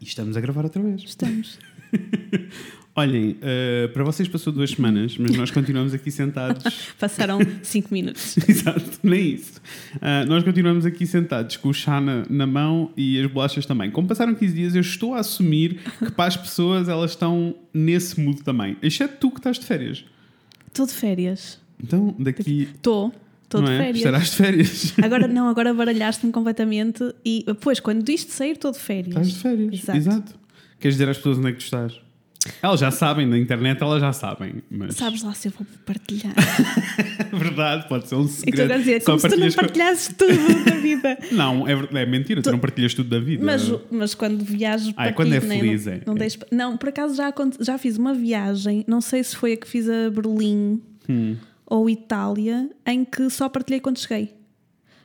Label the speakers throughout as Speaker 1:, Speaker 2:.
Speaker 1: Estamos a gravar outra vez.
Speaker 2: Estamos.
Speaker 1: Olhem, eh, para vocês passou duas semanas, mas nós continuamos aqui sentados.
Speaker 2: Passaram 5 minutos.
Speaker 1: Exato, nem isso. Ah, nós continuamos aqui sentados com o chá na, na mão e as bolachas também. Como passaram 15 dias, eu estou a assumir que para as pessoas elas estão nesse mood também. Exceto tu que estás de férias.
Speaker 2: Estou de férias.
Speaker 1: Então, daqui.
Speaker 2: Estou. Estou
Speaker 1: não
Speaker 2: de
Speaker 1: é?
Speaker 2: férias.
Speaker 1: Estarás de férias.
Speaker 2: Agora não, agora baralhaste-me completamente e depois, quando isto sair, estou de férias.
Speaker 1: Estás de férias.
Speaker 2: Exato.
Speaker 1: Queres dizer às pessoas onde é que tu estás? Elas já sabem, na internet elas já sabem. Mas
Speaker 2: Sabes lá se eu vou partilhar.
Speaker 1: é verdade, pode ser um
Speaker 2: e tu
Speaker 1: segredo.
Speaker 2: agora dizia,
Speaker 1: Só
Speaker 2: como se tu não
Speaker 1: partilhas co-
Speaker 2: partilhasses tudo da vida.
Speaker 1: Não, é, ver- é mentira, tu... não partilhas tudo da vida.
Speaker 2: Mas, mas quando viajo
Speaker 1: Ah, é quando é
Speaker 2: partilho,
Speaker 1: feliz,
Speaker 2: não,
Speaker 1: é.
Speaker 2: Não, deixo- não, por acaso já, aconte- já fiz uma viagem, não sei se foi a que fiz a Berlim
Speaker 1: Hum.
Speaker 2: ou Itália, em que só partilhei quando cheguei.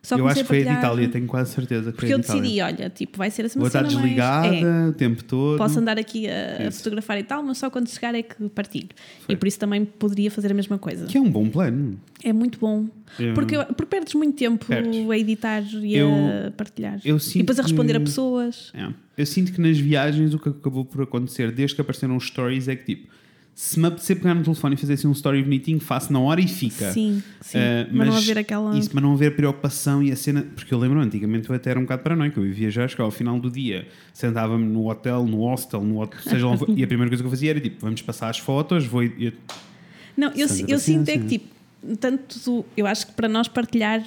Speaker 2: Só
Speaker 1: eu acho
Speaker 2: comecei
Speaker 1: que foi a de
Speaker 2: partilhar-
Speaker 1: Itália, tenho quase certeza que foi a
Speaker 2: Porque eu
Speaker 1: de Itália.
Speaker 2: decidi, olha, tipo, vai ser assim
Speaker 1: Vou
Speaker 2: uma
Speaker 1: estar
Speaker 2: cena mais-
Speaker 1: desligada
Speaker 2: É,
Speaker 1: o tempo todo.
Speaker 2: posso andar aqui a, a
Speaker 1: Isso.
Speaker 2: fotografar e tal, mas só quando chegar é que partilho. E por isso também poderia fazer a mesma coisa.
Speaker 1: Que é um bom plano.
Speaker 2: É muito bom.
Speaker 1: Eu-
Speaker 2: Porque, porque perdes muito tempo
Speaker 1: Perdes.
Speaker 2: a editar e a
Speaker 1: Eu-
Speaker 2: partilhar.
Speaker 1: eu
Speaker 2: e
Speaker 1: sinto
Speaker 2: depois a responder
Speaker 1: que-
Speaker 2: a pessoas.
Speaker 1: É. Eu sinto que nas viagens o que acabou por acontecer desde que apareceram os stories é que tipo, se me apetecer pegar no telefone e fazer assim um story bonitinho, faço na hora e fica.
Speaker 2: Sim, sim.
Speaker 1: Eh,
Speaker 2: mas, não haver aquela.
Speaker 1: Isso, mas não haver preocupação e a cena. Porque eu lembro, antigamente eu até era um bocado paranoico. Eu ia viajar, chegava ao final do dia, sentava-me no hotel, no hostel, no hotel, seja lá onde for, E a primeira coisa que eu fazia era tipo, vamos passar as fotos, vou. e-
Speaker 2: Não, eu,
Speaker 1: Sandra,
Speaker 2: eu
Speaker 1: sim,
Speaker 2: sinto é
Speaker 1: sim.
Speaker 2: que tipo, tanto do- eu acho que para nós partilhar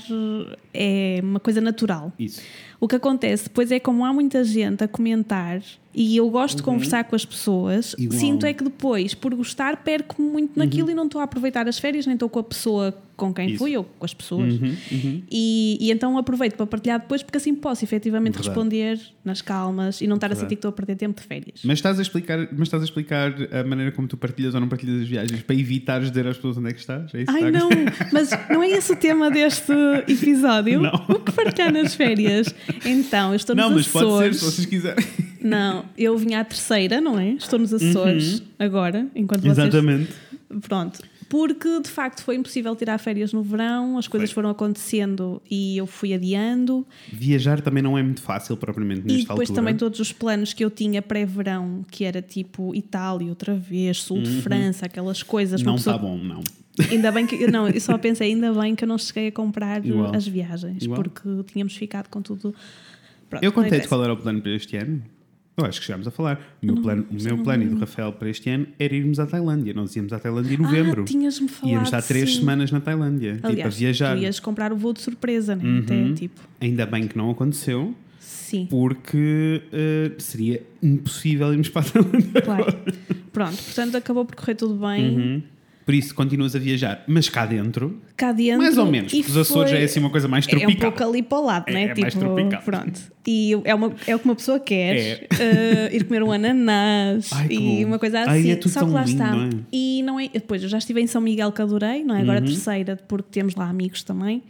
Speaker 2: eh, é uma coisa natural.
Speaker 1: Isso.
Speaker 2: O que acontece depois é como há muita gente a comentar e eu gosto de conversar com as pessoas,
Speaker 1: Uhum. Igual. Uhum.
Speaker 2: sinto é que depois, por gostar, perco muito naquilo e não estou a aproveitar as férias, nem estou com a pessoa com quem
Speaker 1: Isso. Uhum,
Speaker 2: fui ou com as pessoas. E, e então aproveito para partilhar depois, porque assim posso efetivamente
Speaker 1: Verdade.
Speaker 2: responder nas calmas e não estar a
Speaker 1: Verdade.
Speaker 2: sentir que estou a perder tempo de férias.
Speaker 1: Mas estás, a explicar, mas estás a explicar a maneira como tu partilhas ou não partilhas as viagens para evitares dizer às pessoas onde é que estás? É isso que está
Speaker 2: Ai
Speaker 1: a
Speaker 2: não,
Speaker 1: acontecer?
Speaker 2: mas não é esse o tema deste episódio?
Speaker 1: Não.
Speaker 2: O que partilhar nas férias? Então, eu estou
Speaker 1: Não,
Speaker 2: nos
Speaker 1: mas
Speaker 2: Açores.
Speaker 1: pode ser, se vocês quiserem.
Speaker 2: Não, eu vim à terceira, não é? Estou nos Açores agora, enquanto
Speaker 1: Uhum. Exatamente.
Speaker 2: vocês... Pronto. Porque, de facto, foi impossível tirar férias no verão, as coisas
Speaker 1: Foi.
Speaker 2: foram acontecendo e eu fui adiando.
Speaker 1: Viajar também não é muito fácil, propriamente, nesta
Speaker 2: e depois
Speaker 1: altura.
Speaker 2: também todos os planos que eu tinha pré-verão, que era tipo Itália outra vez, sul de França, aquelas coisas. uma
Speaker 1: Uhum. Não
Speaker 2: pessoa
Speaker 1: está bom, não.
Speaker 2: Ainda bem que. Não, eu só pensei, ainda bem que eu não cheguei a comprar
Speaker 1: Igual.
Speaker 2: as viagens,
Speaker 1: Igual.
Speaker 2: porque tínhamos ficado com tudo. Pronto,
Speaker 1: Eu
Speaker 2: não
Speaker 1: contei-te
Speaker 2: interessa.
Speaker 1: qual era o plano para este ano. Eu acho que chegámos a falar. O meu plano, o meu plano e do Rafael para este ano era irmos à Tailândia. Nós íamos à Tailândia em novembro.
Speaker 2: Ah, tinhas-me falado.
Speaker 1: íamos estar três
Speaker 2: sim.
Speaker 1: semanas na Tailândia, tipo, a
Speaker 2: Aliás,
Speaker 1: viajar. Uhum.
Speaker 2: tu ias comprar o voo de surpresa, né? Até tipo.
Speaker 1: Ainda bem que não aconteceu,
Speaker 2: Sim,
Speaker 1: porque eh, seria impossível irmos para a Tailândia.
Speaker 2: claro. Pronto, portanto acabou por correr tudo bem.
Speaker 1: Uhum. Por isso, continuas a viajar, mas cá dentro,
Speaker 2: Cá dentro.
Speaker 1: mais ou menos,
Speaker 2: e
Speaker 1: porque os Açores
Speaker 2: foi-
Speaker 1: é assim uma coisa mais
Speaker 2: É um
Speaker 1: tropical.
Speaker 2: pouco ali para o lado,
Speaker 1: É,
Speaker 2: né?
Speaker 1: é mais tropical.
Speaker 2: Pronto. E é, uma- é o que uma pessoa quer.
Speaker 1: É.
Speaker 2: eh, ir comer um ananás
Speaker 1: Ai, que
Speaker 2: e
Speaker 1: bom.
Speaker 2: uma coisa assim.
Speaker 1: Ai, é tudo
Speaker 2: Só
Speaker 1: tão
Speaker 2: que lá
Speaker 1: lindo,
Speaker 2: está.
Speaker 1: não é? Uhum.
Speaker 2: E não é. Depois, eu já estive em São Miguel que adorei, não é? Agora a terceira, porque temos lá amigos também.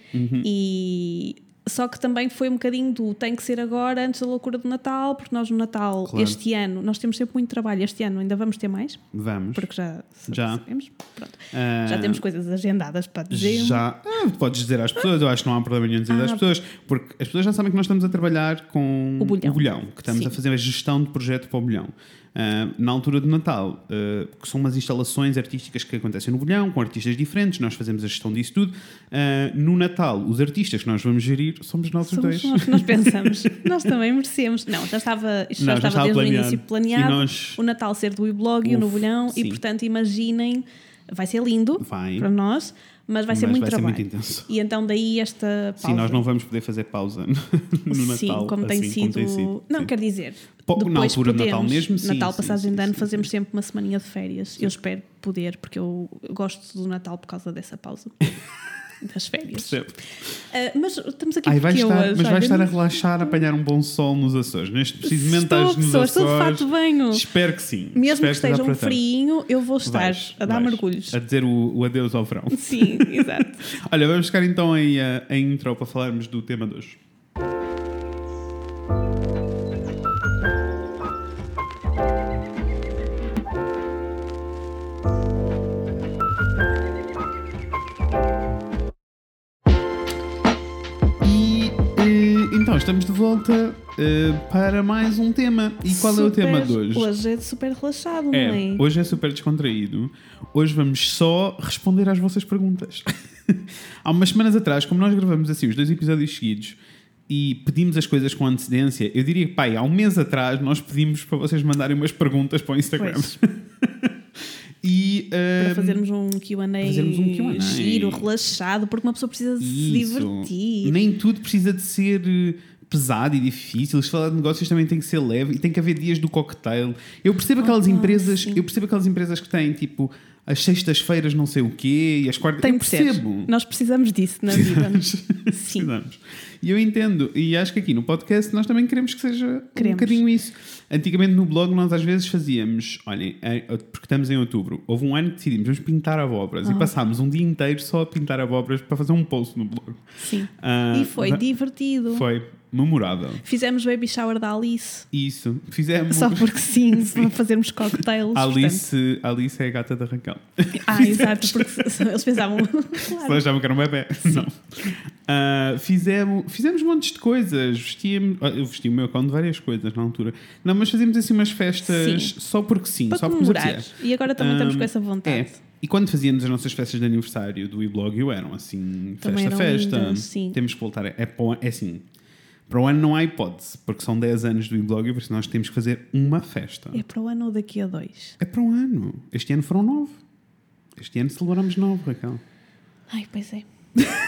Speaker 2: E. Só que também foi um bocadinho do tem que ser agora, antes da loucura do Natal, porque nós no Natal,
Speaker 1: Claro.
Speaker 2: este ano, nós temos sempre muito trabalho. Este ano ainda vamos ter mais,
Speaker 1: Vamos.
Speaker 2: porque já, sa-
Speaker 1: Já.
Speaker 2: sabemos. Pronto.
Speaker 1: Ah,
Speaker 2: Já temos coisas agendadas para dizer.
Speaker 1: Já. Ah, podes dizer às pessoas, eu acho que não há problema nenhum dizer
Speaker 2: Ah.
Speaker 1: às pessoas, porque as pessoas já sabem que nós estamos a trabalhar com
Speaker 2: O bulhão.
Speaker 1: que estamos
Speaker 2: Sim.
Speaker 1: a fazer a gestão de projeto para o bulhão. Ah, na altura do Natal, ah, que são umas instalações artísticas que acontecem no bulhão, com artistas diferentes, nós fazemos a gestão disso tudo. Ah, no Natal, os artistas que nós vamos gerir somos nós os
Speaker 2: Somos
Speaker 1: dois.
Speaker 2: nós que nós pensamos. nós também merecemos. Não, já estava, isto já
Speaker 1: Não, já
Speaker 2: estava,
Speaker 1: estava
Speaker 2: desde
Speaker 1: planeado.
Speaker 2: o início planeado.
Speaker 1: E nós-
Speaker 2: O Natal ser do blog e o
Speaker 1: Uf,
Speaker 2: Novilhão. E
Speaker 1: sim.
Speaker 2: portanto, imaginem, vai ser lindo
Speaker 1: Vai.
Speaker 2: para nós, mas vai ser
Speaker 1: Mas
Speaker 2: muito
Speaker 1: vai ser
Speaker 2: trabalho.
Speaker 1: muito intenso.
Speaker 2: E então, daí esta pausa.
Speaker 1: Sim, nós não vamos poder fazer pausa no Natal.
Speaker 2: Sim, como tem
Speaker 1: assim,
Speaker 2: sido.
Speaker 1: como tem sido.
Speaker 2: Não,
Speaker 1: Sim.
Speaker 2: quer dizer.
Speaker 1: Po- na
Speaker 2: depois
Speaker 1: altura de
Speaker 2: podemos,
Speaker 1: Natal mesmo, sim,
Speaker 2: Natal,
Speaker 1: sim,
Speaker 2: passagem
Speaker 1: sim,
Speaker 2: de ano,
Speaker 1: sim,
Speaker 2: fazemos sempre uma semaninha de férias. Eu espero poder, porque eu gosto do Natal por causa dessa pausa. Das férias.
Speaker 1: Percebo.
Speaker 2: Ah, mas estamos aqui
Speaker 1: Ai, vai
Speaker 2: porque eu
Speaker 1: estar,
Speaker 2: hoje,
Speaker 1: mas vai
Speaker 2: olha,
Speaker 1: estar a relaxar, a apanhar um bom sol nos Açores. Neste preciso momento
Speaker 2: Estou,
Speaker 1: estás nos
Speaker 2: pessoal, estou de
Speaker 1: Açores.
Speaker 2: fato de banho.
Speaker 1: Espero que sim.
Speaker 2: Mesmo
Speaker 1: Espero
Speaker 2: que esteja
Speaker 1: dá para
Speaker 2: um
Speaker 1: tanto.
Speaker 2: friinho, eu vou estar
Speaker 1: Vais,
Speaker 2: a dar
Speaker 1: vais.
Speaker 2: mergulhos.
Speaker 1: A dizer o, o adeus ao verão.
Speaker 2: Sim, exato.
Speaker 1: Olha, vamos ficar então em, eh, em intro para falarmos do tema de hoje. E eh, então estamos de volta eh, para mais um tema. E qual é o tema de hoje?
Speaker 2: Hoje é super relaxado, não
Speaker 1: É,
Speaker 2: é?
Speaker 1: hoje é super descontraído. Hoje vamos só responder às vossas perguntas. Há umas semanas atrás, como nós gravamos assim os dois episódios seguidos e pedimos as coisas com antecedência, eu diria que, pai, há um mês atrás nós pedimos para vocês mandarem umas perguntas para o Instagram.
Speaker 2: Pois.
Speaker 1: e
Speaker 2: Para
Speaker 1: hum,
Speaker 2: fazermos um QA
Speaker 1: fazermos um Q&A.
Speaker 2: giro, relaxado, porque uma pessoa precisa de se
Speaker 1: isso.
Speaker 2: divertir.
Speaker 1: Nem tudo precisa de ser eh, pesado e difícil. Se falar de negócios também tem que ser leve e tem que haver dias do cocktail. Eu percebo aquelas
Speaker 2: Ah,
Speaker 1: empresas,
Speaker 2: sim.
Speaker 1: eu percebo aquelas empresas que têm tipo as sextas-feiras não sei o quê e as quartas.
Speaker 2: Tem
Speaker 1: eu
Speaker 2: que ser.
Speaker 1: percebo.
Speaker 2: Nós precisamos disso na vida. Sim.
Speaker 1: Precisamos. E eu entendo, e acho que aqui no podcast nós também queremos que seja um
Speaker 2: Queremos.
Speaker 1: bocadinho isso. Antigamente no blog nós às vezes fazíamos, olhem, em- porque estamos em outubro, houve um ano que decidimos, vamos pintar
Speaker 2: Ah.
Speaker 1: abóboras, e passámos um dia inteiro só a pintar abóboras para fazer um post no blog.
Speaker 2: Sim.
Speaker 1: Ah,
Speaker 2: e foi
Speaker 1: va-
Speaker 2: divertido.
Speaker 1: Foi memorável.
Speaker 2: Fizemos baby shower da Alice.
Speaker 1: Isso, fizemos.
Speaker 2: Só um porque sim, para fazermos cocktails.
Speaker 1: Alice, Alice é a gata da Raquel.
Speaker 2: portanto. Ah, exato, porque se- se- eles pensavam.
Speaker 1: Se
Speaker 2: claro.
Speaker 1: ela achava que era um bebê. Não. Ah, fizemos, fizemos montes de coisas. Vestíamos, ah, eu vesti o meu cão de várias coisas na altura. Não, mas fazíamos assim umas festas
Speaker 2: Sim.
Speaker 1: só porque sim,
Speaker 2: Para
Speaker 1: só porque nos
Speaker 2: comemorar.
Speaker 1: apetecia.
Speaker 2: E agora também estamos
Speaker 1: Ahm,
Speaker 2: com essa
Speaker 1: É.
Speaker 2: vontade.
Speaker 1: E quando fazíamos as nossas festas de aniversário do e-blog, eu eram assim,
Speaker 2: Também eram
Speaker 1: festa-festa.
Speaker 2: lindas, sim.
Speaker 1: Temos que voltar. É, é, para o- é assim, para o ano não há hipótese, porque são 10 anos do e-blog, por isso nós temos que fazer uma festa.
Speaker 2: É. para o ano ou daqui a dois?
Speaker 1: É para um ano. Este ano foram nove. Este ano celebramos nove, Raquel.
Speaker 2: Ai, pois é.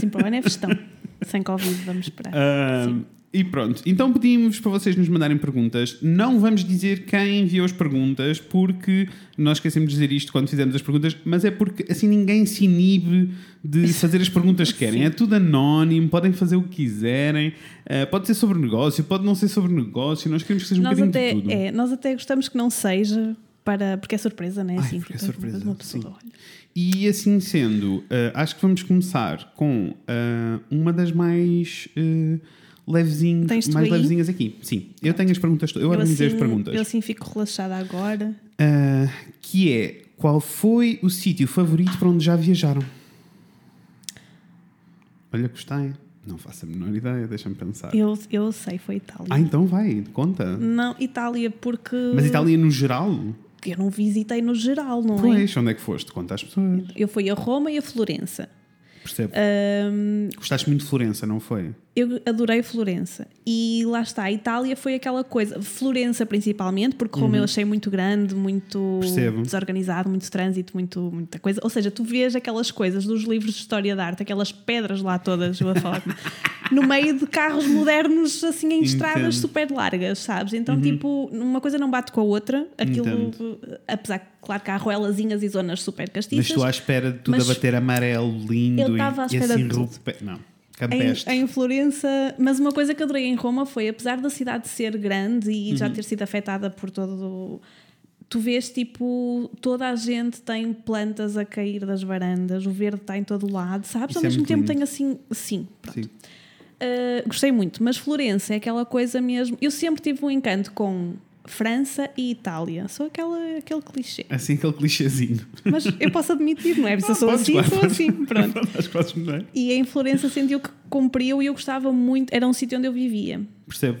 Speaker 2: sim, para o ano é festão. Sem Covid, vamos esperar.
Speaker 1: Ah,
Speaker 2: Sim.
Speaker 1: e pronto. Então pedimos para vocês nos mandarem perguntas. Não vamos dizer quem enviou as perguntas, porque nós esquecemos de dizer isto quando fizemos as perguntas, mas é porque assim ninguém se inibe de fazer as perguntas que querem.
Speaker 2: Sim.
Speaker 1: É tudo anónimo, podem fazer o que quiserem. Ah, pode ser sobre negócio, pode não ser sobre negócio. Nós queremos que seja um
Speaker 2: Nós,
Speaker 1: bocadinho
Speaker 2: até,
Speaker 1: de tudo.
Speaker 2: é, nós até gostamos que não seja. Para, porque é surpresa, não é?
Speaker 1: Ai,
Speaker 2: Assim,
Speaker 1: porque é
Speaker 2: tipo,
Speaker 1: surpresa,
Speaker 2: uma pessoa,
Speaker 1: sim.
Speaker 2: olha.
Speaker 1: E assim sendo, eh, acho que vamos começar com eh, uma das mais eh, levezinhas,
Speaker 2: Tens tu
Speaker 1: mais
Speaker 2: aí?
Speaker 1: levezinhas aqui. Sim, eu tenho as perguntas, to- eu
Speaker 2: Eu
Speaker 1: organizei as
Speaker 2: assim,
Speaker 1: perguntas.
Speaker 2: eu assim fico relaxada agora.
Speaker 1: Eh, que é, qual foi o sítio favorito para onde já viajaram? Olha que está, hein? Não faço a menor ideia, deixa-me pensar.
Speaker 2: Eu, eu sei, foi Itália.
Speaker 1: Ah, então vai, conta.
Speaker 2: Não, Itália, porque
Speaker 1: Mas Itália no geral?
Speaker 2: eu não visitei no geral, não é?
Speaker 1: Pois, onde é que foste? Conta às pessoas.
Speaker 2: Eu fui a Roma e a Florença.
Speaker 1: Percebo.
Speaker 2: eh, Ahm,
Speaker 1: Gostaste muito de Florença, não foi?
Speaker 2: eu adorei Florença. E lá está, a Itália foi aquela coisa. Florença, principalmente, porque Roma eu achei muito grande, muito
Speaker 1: Uhum. Percebo.
Speaker 2: desorganizado, muito trânsito, muito, muita coisa. Ou seja, tu vês aquelas coisas dos livros de história da arte, aquelas pedras lá todas, eu a falar, no meio de carros modernos, assim, em estradas
Speaker 1: Entendo. Uhum.
Speaker 2: super largas, sabes? Então, tipo, uma coisa não bate com a outra. Aquilo,
Speaker 1: Entendo.
Speaker 2: apesar que, claro, que há ruelazinhas e zonas super
Speaker 1: Mas
Speaker 2: castiças.
Speaker 1: estou à espera de tudo
Speaker 2: mas
Speaker 1: a bater amarelo, lindo
Speaker 2: eu
Speaker 1: e,
Speaker 2: estava à
Speaker 1: e
Speaker 2: espera
Speaker 1: assim
Speaker 2: de tudo.
Speaker 1: rupe- Não,
Speaker 2: Em,
Speaker 1: campestre.
Speaker 2: em Florença, mas uma coisa que adorei em Roma foi, apesar da cidade ser grande e
Speaker 1: Uhum.
Speaker 2: já ter sido afetada por todo. o- Tu vês, tipo, toda a gente tem plantas a cair das varandas, o verde está em todo o lado, sabes?
Speaker 1: Isso
Speaker 2: Ao
Speaker 1: é
Speaker 2: mesmo
Speaker 1: muito
Speaker 2: tempo
Speaker 1: lindo.
Speaker 2: tem assim. Sim, pronto.
Speaker 1: Sim.
Speaker 2: Uh, gostei muito, mas Florença é aquela coisa mesmo. Eu sempre tive um encanto com França e Itália, só aquela, aquele clichê.
Speaker 1: Assim aquele clichêzinho.
Speaker 2: Mas eu posso admitir, não é? Se eu sou
Speaker 1: podes,
Speaker 2: assim,
Speaker 1: claro,
Speaker 2: sou
Speaker 1: podes.
Speaker 2: assim, pronto.
Speaker 1: Às quase não é?
Speaker 2: E em Florença sentiu que cumpriu e eu gostava muito, era um sítio onde eu vivia.
Speaker 1: Percebo.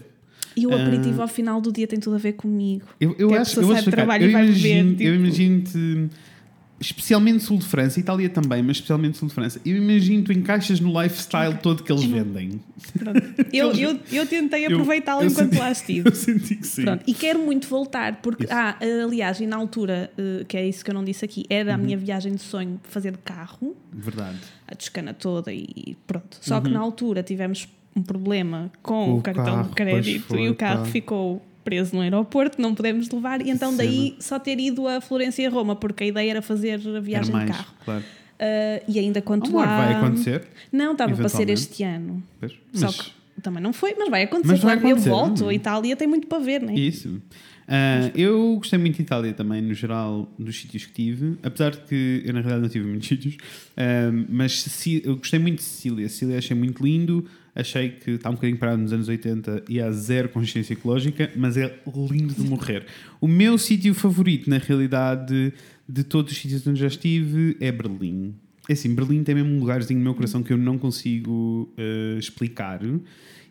Speaker 2: E o
Speaker 1: Ah.
Speaker 2: aperitivo ao final do dia tem tudo a ver comigo.
Speaker 1: Eu, eu
Speaker 2: Que a
Speaker 1: acho
Speaker 2: pessoa
Speaker 1: eu vou
Speaker 2: sai do
Speaker 1: explicar.
Speaker 2: trabalho
Speaker 1: eu
Speaker 2: e vai
Speaker 1: imagino,
Speaker 2: beber,
Speaker 1: eu
Speaker 2: tipo-
Speaker 1: imagino-te, especialmente sul de França, Itália também, mas especialmente sul de França. Eu imagino tu encaixas no lifestyle todo que eles vendem.
Speaker 2: Eu, eu, eu tentei
Speaker 1: Eu-
Speaker 2: aproveitá-lo
Speaker 1: eu
Speaker 2: enquanto
Speaker 1: senti-
Speaker 2: lá estive.
Speaker 1: Eu senti que sim.
Speaker 2: Pronto, e quero muito voltar, porque,
Speaker 1: Isso.
Speaker 2: ah, aliás, e na altura, eh, que é isso que eu não disse aqui, era a minha
Speaker 1: Uhum.
Speaker 2: viagem de sonho fazer de carro,
Speaker 1: Verdade.
Speaker 2: a Toscana toda e pronto. Só que na altura tivemos um problema com o,
Speaker 1: Uhum. O
Speaker 2: cartão
Speaker 1: carro,
Speaker 2: de crédito
Speaker 1: pois foi,
Speaker 2: e o carro
Speaker 1: pá.
Speaker 2: ficou preso no aeroporto, não pudemos levar, e então
Speaker 1: Cena.
Speaker 2: daí só ter ido a Florença e a Roma, porque a ideia era fazer a
Speaker 1: Era
Speaker 2: viagem de
Speaker 1: mais,
Speaker 2: carro.
Speaker 1: claro.
Speaker 2: Ah, e ainda quanto
Speaker 1: Amor,
Speaker 2: lá...
Speaker 1: vai acontecer.
Speaker 2: Não, estava para ser
Speaker 1: Eventualmente.
Speaker 2: este ano.
Speaker 1: Pois,
Speaker 2: Só
Speaker 1: mas-
Speaker 2: que também não foi, mas vai acontecer.
Speaker 1: Mas vai
Speaker 2: claro,
Speaker 1: acontecer,
Speaker 2: eu volto,
Speaker 1: não é?
Speaker 2: a Itália tem muito para ver, não é?
Speaker 1: Isso. Ah, eu gostei muito de Itália também, no geral, dos sítios que tive. Apesar de que eu, na realidade, não tive muitos sítios. Ah, mas Sici- eu gostei muito de Sicília. Sicília achei muito lindo. Achei que está um bocadinho parado nos anos 80 e há zero consciência ecológica, mas é lindo de morrer. O meu sítio favorito, na realidade, de todos os sítios onde já estive, é Berlim. É assim, Berlim tem mesmo um lugarzinho no meu coração que eu não consigo eh, explicar.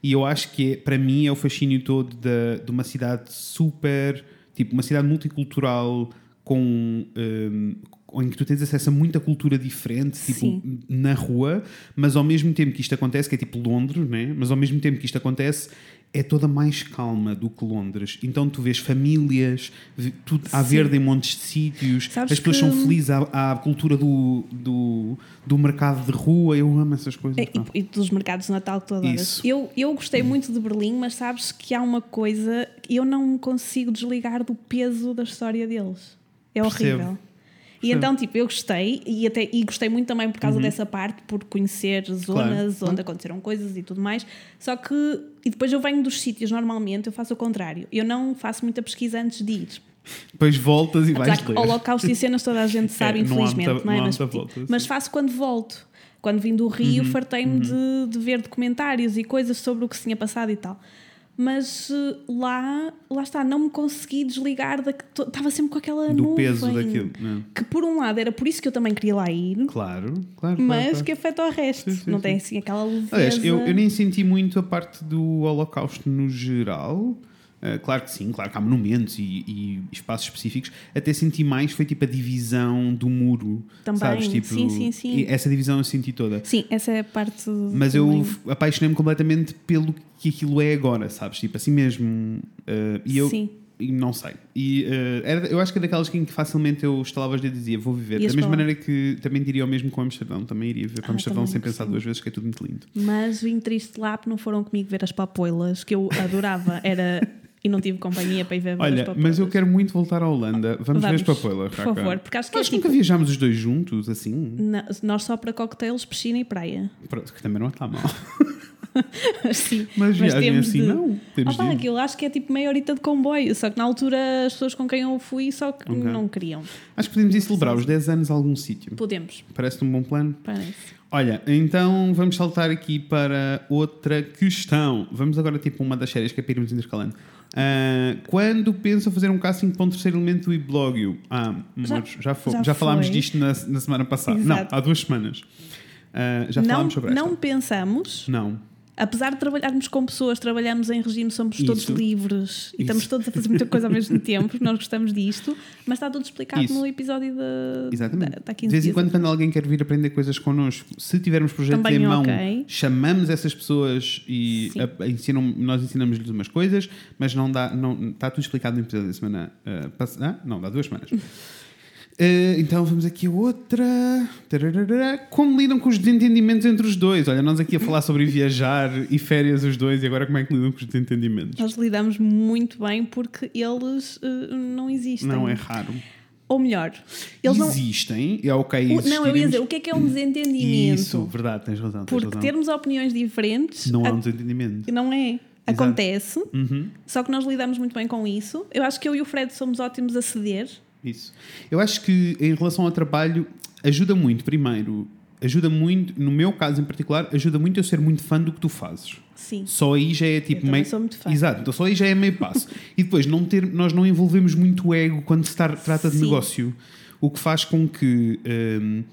Speaker 1: E eu acho que, é, para mim, é o fascínio todo da- de uma cidade super. Tipo, uma cidade multicultural com. eh, em que tu tens acesso a muita cultura diferente, tipo,
Speaker 2: Sim.
Speaker 1: na rua, mas ao mesmo tempo que isto acontece, que é tipo Londres, né? mas ao mesmo tempo que isto acontece, é toda mais calma do que Londres. Então tu vês famílias, vê- tudo à
Speaker 2: Sim.
Speaker 1: verde em montes de sítios,
Speaker 2: Sabes
Speaker 1: as pessoas
Speaker 2: que-
Speaker 1: são felizes, há, há a cultura do, do, do mercado de rua, eu amo essas coisas.
Speaker 2: É,
Speaker 1: pá.
Speaker 2: E, e dos mercados de Natal que tu adoras.
Speaker 1: Isso. Hum.
Speaker 2: Eu, eu gostei muito de Berlim, mas sabes que há uma coisa que eu não consigo desligar do peso da história deles. É
Speaker 1: Percebo.
Speaker 2: horrível. E
Speaker 1: Percebo. Uhum.
Speaker 2: então, tipo, eu gostei e, até, e gostei muito também por causa dessa parte, por conhecer zonas onde aconteceram coisas e tudo mais. Só que, e depois eu venho dos sítios, normalmente eu faço o contrário. Eu não faço muita pesquisa antes de ir.
Speaker 1: Depois voltas e
Speaker 2: Apesar
Speaker 1: vais
Speaker 2: que
Speaker 1: ler.
Speaker 2: Holocausto e cenas toda a gente sabe,
Speaker 1: É, não há
Speaker 2: infelizmente,
Speaker 1: muita-
Speaker 2: não é?
Speaker 1: não há
Speaker 2: mas,
Speaker 1: muita
Speaker 2: tipo,
Speaker 1: volta, Uhum,
Speaker 2: mas faço quando volto. Quando vim do Rio, fartei-me de, de ver documentários e coisas sobre o que se tinha passado e tal. Mas eh, lá, lá está, não me consegui desligar da Estava sempre com aquela
Speaker 1: do
Speaker 2: nuvem.
Speaker 1: peso daquilo. né?
Speaker 2: Que por um lado era por isso que eu também queria lá ir,
Speaker 1: Claro, claro. claro,
Speaker 2: mas
Speaker 1: claro.
Speaker 2: que afeta o resto.
Speaker 1: Sim, sim,
Speaker 2: não
Speaker 1: sim.
Speaker 2: tem assim aquela leveza.
Speaker 1: Aliás, eu, eu nem senti muito a parte do Holocausto no geral. Ah, claro que sim, claro que há monumentos e, e espaços específicos. Até senti mais foi tipo a divisão do muro.
Speaker 2: Também,
Speaker 1: sabes? Tipo,
Speaker 2: sim, sim, sim.
Speaker 1: e Essa divisão eu senti toda.
Speaker 2: Sim, essa é a parte.
Speaker 1: Mas
Speaker 2: também-
Speaker 1: eu f- apaixonei-me completamente pelo que aquilo é agora, sabes? Tipo, assim mesmo. ah, e eu
Speaker 2: Sim.
Speaker 1: e não sei. E ah, era- eu acho que é daquelas em que facilmente eu estalava os dedos e dizia, vou viver.
Speaker 2: Ias
Speaker 1: da mesma
Speaker 2: para lá.
Speaker 1: maneira que também diria o mesmo com Amsterdão, também iria viver para
Speaker 2: Ah,
Speaker 1: Amsterdão
Speaker 2: também,
Speaker 1: sem pensar
Speaker 2: sim.
Speaker 1: duas vezes, que é tudo muito lindo.
Speaker 2: Mas vim triste lá porque não foram comigo ver as papoilas, que eu adorava. Era... e não tive companhia para ir ver as
Speaker 1: Olha,
Speaker 2: papoilas.
Speaker 1: mas eu quero muito voltar à Holanda. Vamos, ver as
Speaker 2: Vamos,
Speaker 1: papoilas,
Speaker 2: Por
Speaker 1: Raquel.
Speaker 2: favor, porque acho que é
Speaker 1: Nós nunca
Speaker 2: tipo,
Speaker 1: viajámos os dois juntos, assim.
Speaker 2: na- nós só para cocktails, piscina e praia.
Speaker 1: Pronto, que também não está mal.
Speaker 2: Sim,
Speaker 1: Mas, viagem
Speaker 2: temos
Speaker 1: assim,
Speaker 2: de-
Speaker 1: não. Temos
Speaker 2: Opa,
Speaker 1: de ir.
Speaker 2: aquilo acho que é tipo meia horita de comboio, só que na altura as pessoas com quem eu fui só que
Speaker 1: Ok.
Speaker 2: não queriam.
Speaker 1: Acho que podemos ir celebrar os 10 anos a algum sítio.
Speaker 2: Podemos,
Speaker 1: Parece-te um bom plano?
Speaker 2: parece.
Speaker 1: Olha, então vamos saltar aqui para outra questão. Vamos agora tipo uma das séries que é para irmos intercalando. Ah, quando pensam fazer um casting para um terceiro elemento do iblogio? Ah,
Speaker 2: Já-
Speaker 1: amores, já, fo-
Speaker 2: já
Speaker 1: já falámos
Speaker 2: foi.
Speaker 1: disto na, na semana passada.
Speaker 2: Exato.
Speaker 1: Não, há duas semanas. Ah, já
Speaker 2: não
Speaker 1: falámos sobre esta.
Speaker 2: não pensamos,
Speaker 1: Não.
Speaker 2: apesar de trabalharmos com pessoas, trabalhamos em regime, somos todos
Speaker 1: Isso.
Speaker 2: livres
Speaker 1: Isso.
Speaker 2: e estamos todos a fazer muita coisa ao mesmo tempo, nós gostamos disto, mas está tudo explicado
Speaker 1: Isso.
Speaker 2: no episódio da,
Speaker 1: Exatamente.
Speaker 2: da, da
Speaker 1: De
Speaker 2: 15
Speaker 1: vez em
Speaker 2: dias
Speaker 1: quando, quando alguém quer vir aprender coisas connosco, se tivermos projetos
Speaker 2: Também é
Speaker 1: em mão,
Speaker 2: ok.
Speaker 1: chamamos essas pessoas e
Speaker 2: Sim.
Speaker 1: a- ensinam, nós ensinamos-lhes umas coisas, mas não dá, não, está tudo explicado no episódio da semana ah, pass- ah, não, dá duas semanas. Eh, então vamos aqui a outra. Tararara. Como lidam com os desentendimentos entre os dois? Olha, nós aqui a falar sobre viajar e férias os dois, e agora como é que lidam com os desentendimentos?
Speaker 2: Nós lidamos muito bem porque eles eh, não existem.
Speaker 1: Não é raro.
Speaker 2: Ou melhor, eles não.
Speaker 1: Existem, é ok.
Speaker 2: O- não, eu ia dizer,
Speaker 1: existirem.
Speaker 2: o que é que é um desentendimento?
Speaker 1: Isso, verdade, tens razão. Tens
Speaker 2: porque
Speaker 1: razão.
Speaker 2: termos opiniões diferentes
Speaker 1: Não há
Speaker 2: a-
Speaker 1: um desentendimento.
Speaker 2: não é.
Speaker 1: Exato.
Speaker 2: Acontece,
Speaker 1: Uhum,
Speaker 2: só que nós lidamos muito bem com isso. Eu acho que eu e o Fred somos ótimos a ceder.
Speaker 1: isso. Eu acho que em relação ao trabalho, ajuda muito, primeiro. Ajuda muito, no meu caso em particular, ajuda muito eu ser muito fã do que tu fazes.
Speaker 2: Sim.
Speaker 1: Só aí já é
Speaker 2: Eu
Speaker 1: tipo
Speaker 2: também
Speaker 1: meio.
Speaker 2: sou muito fã.
Speaker 1: Exato, então só aí já é meio passo. e depois, não ter, nós não envolvemos muito o ego quando se tar- trata de
Speaker 2: Sim.
Speaker 1: negócio, o que faz com que. hum,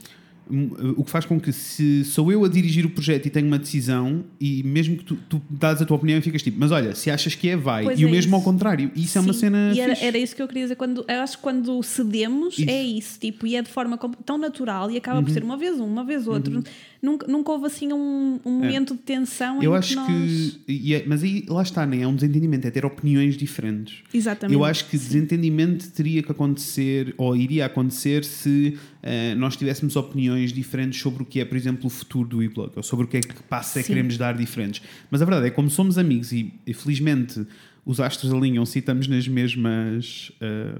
Speaker 1: hum, o que faz com que se sou eu a dirigir o projeto e tenho uma decisão e mesmo que tu, tu dás a tua opinião e ficas tipo mas olha, se achas que é, vai
Speaker 2: Pois
Speaker 1: e o
Speaker 2: é
Speaker 1: mesmo
Speaker 2: isso.
Speaker 1: ao contrário e isso é uma
Speaker 2: Sim.
Speaker 1: cena
Speaker 2: E era,
Speaker 1: fixe.
Speaker 2: era isso que eu queria dizer. Quando, eu acho que quando cedemos
Speaker 1: Isso. Uhum.
Speaker 2: é isso, tipo, e é de forma com- tão natural e acaba por ser uma vez um, uma vez outro. Nunca, nunca houve assim um, um momento de tensão
Speaker 1: É. Eu
Speaker 2: em
Speaker 1: acho
Speaker 2: é nós...
Speaker 1: que. e é- mas aí lá está, nem é um desentendimento, é ter opiniões diferentes.
Speaker 2: Exatamente.
Speaker 1: Eu acho que desentendimento teria que acontecer, ou iria acontecer, se eh, nós tivéssemos opiniões diferentes sobre o que é, por exemplo, o futuro do e-blog, ou sobre o que é que passa é que
Speaker 2: Sim.
Speaker 1: queremos dar diferentes. Mas a verdade é que, como somos amigos e, e, felizmente os astros alinham-se e estamos nas mesmas. eh,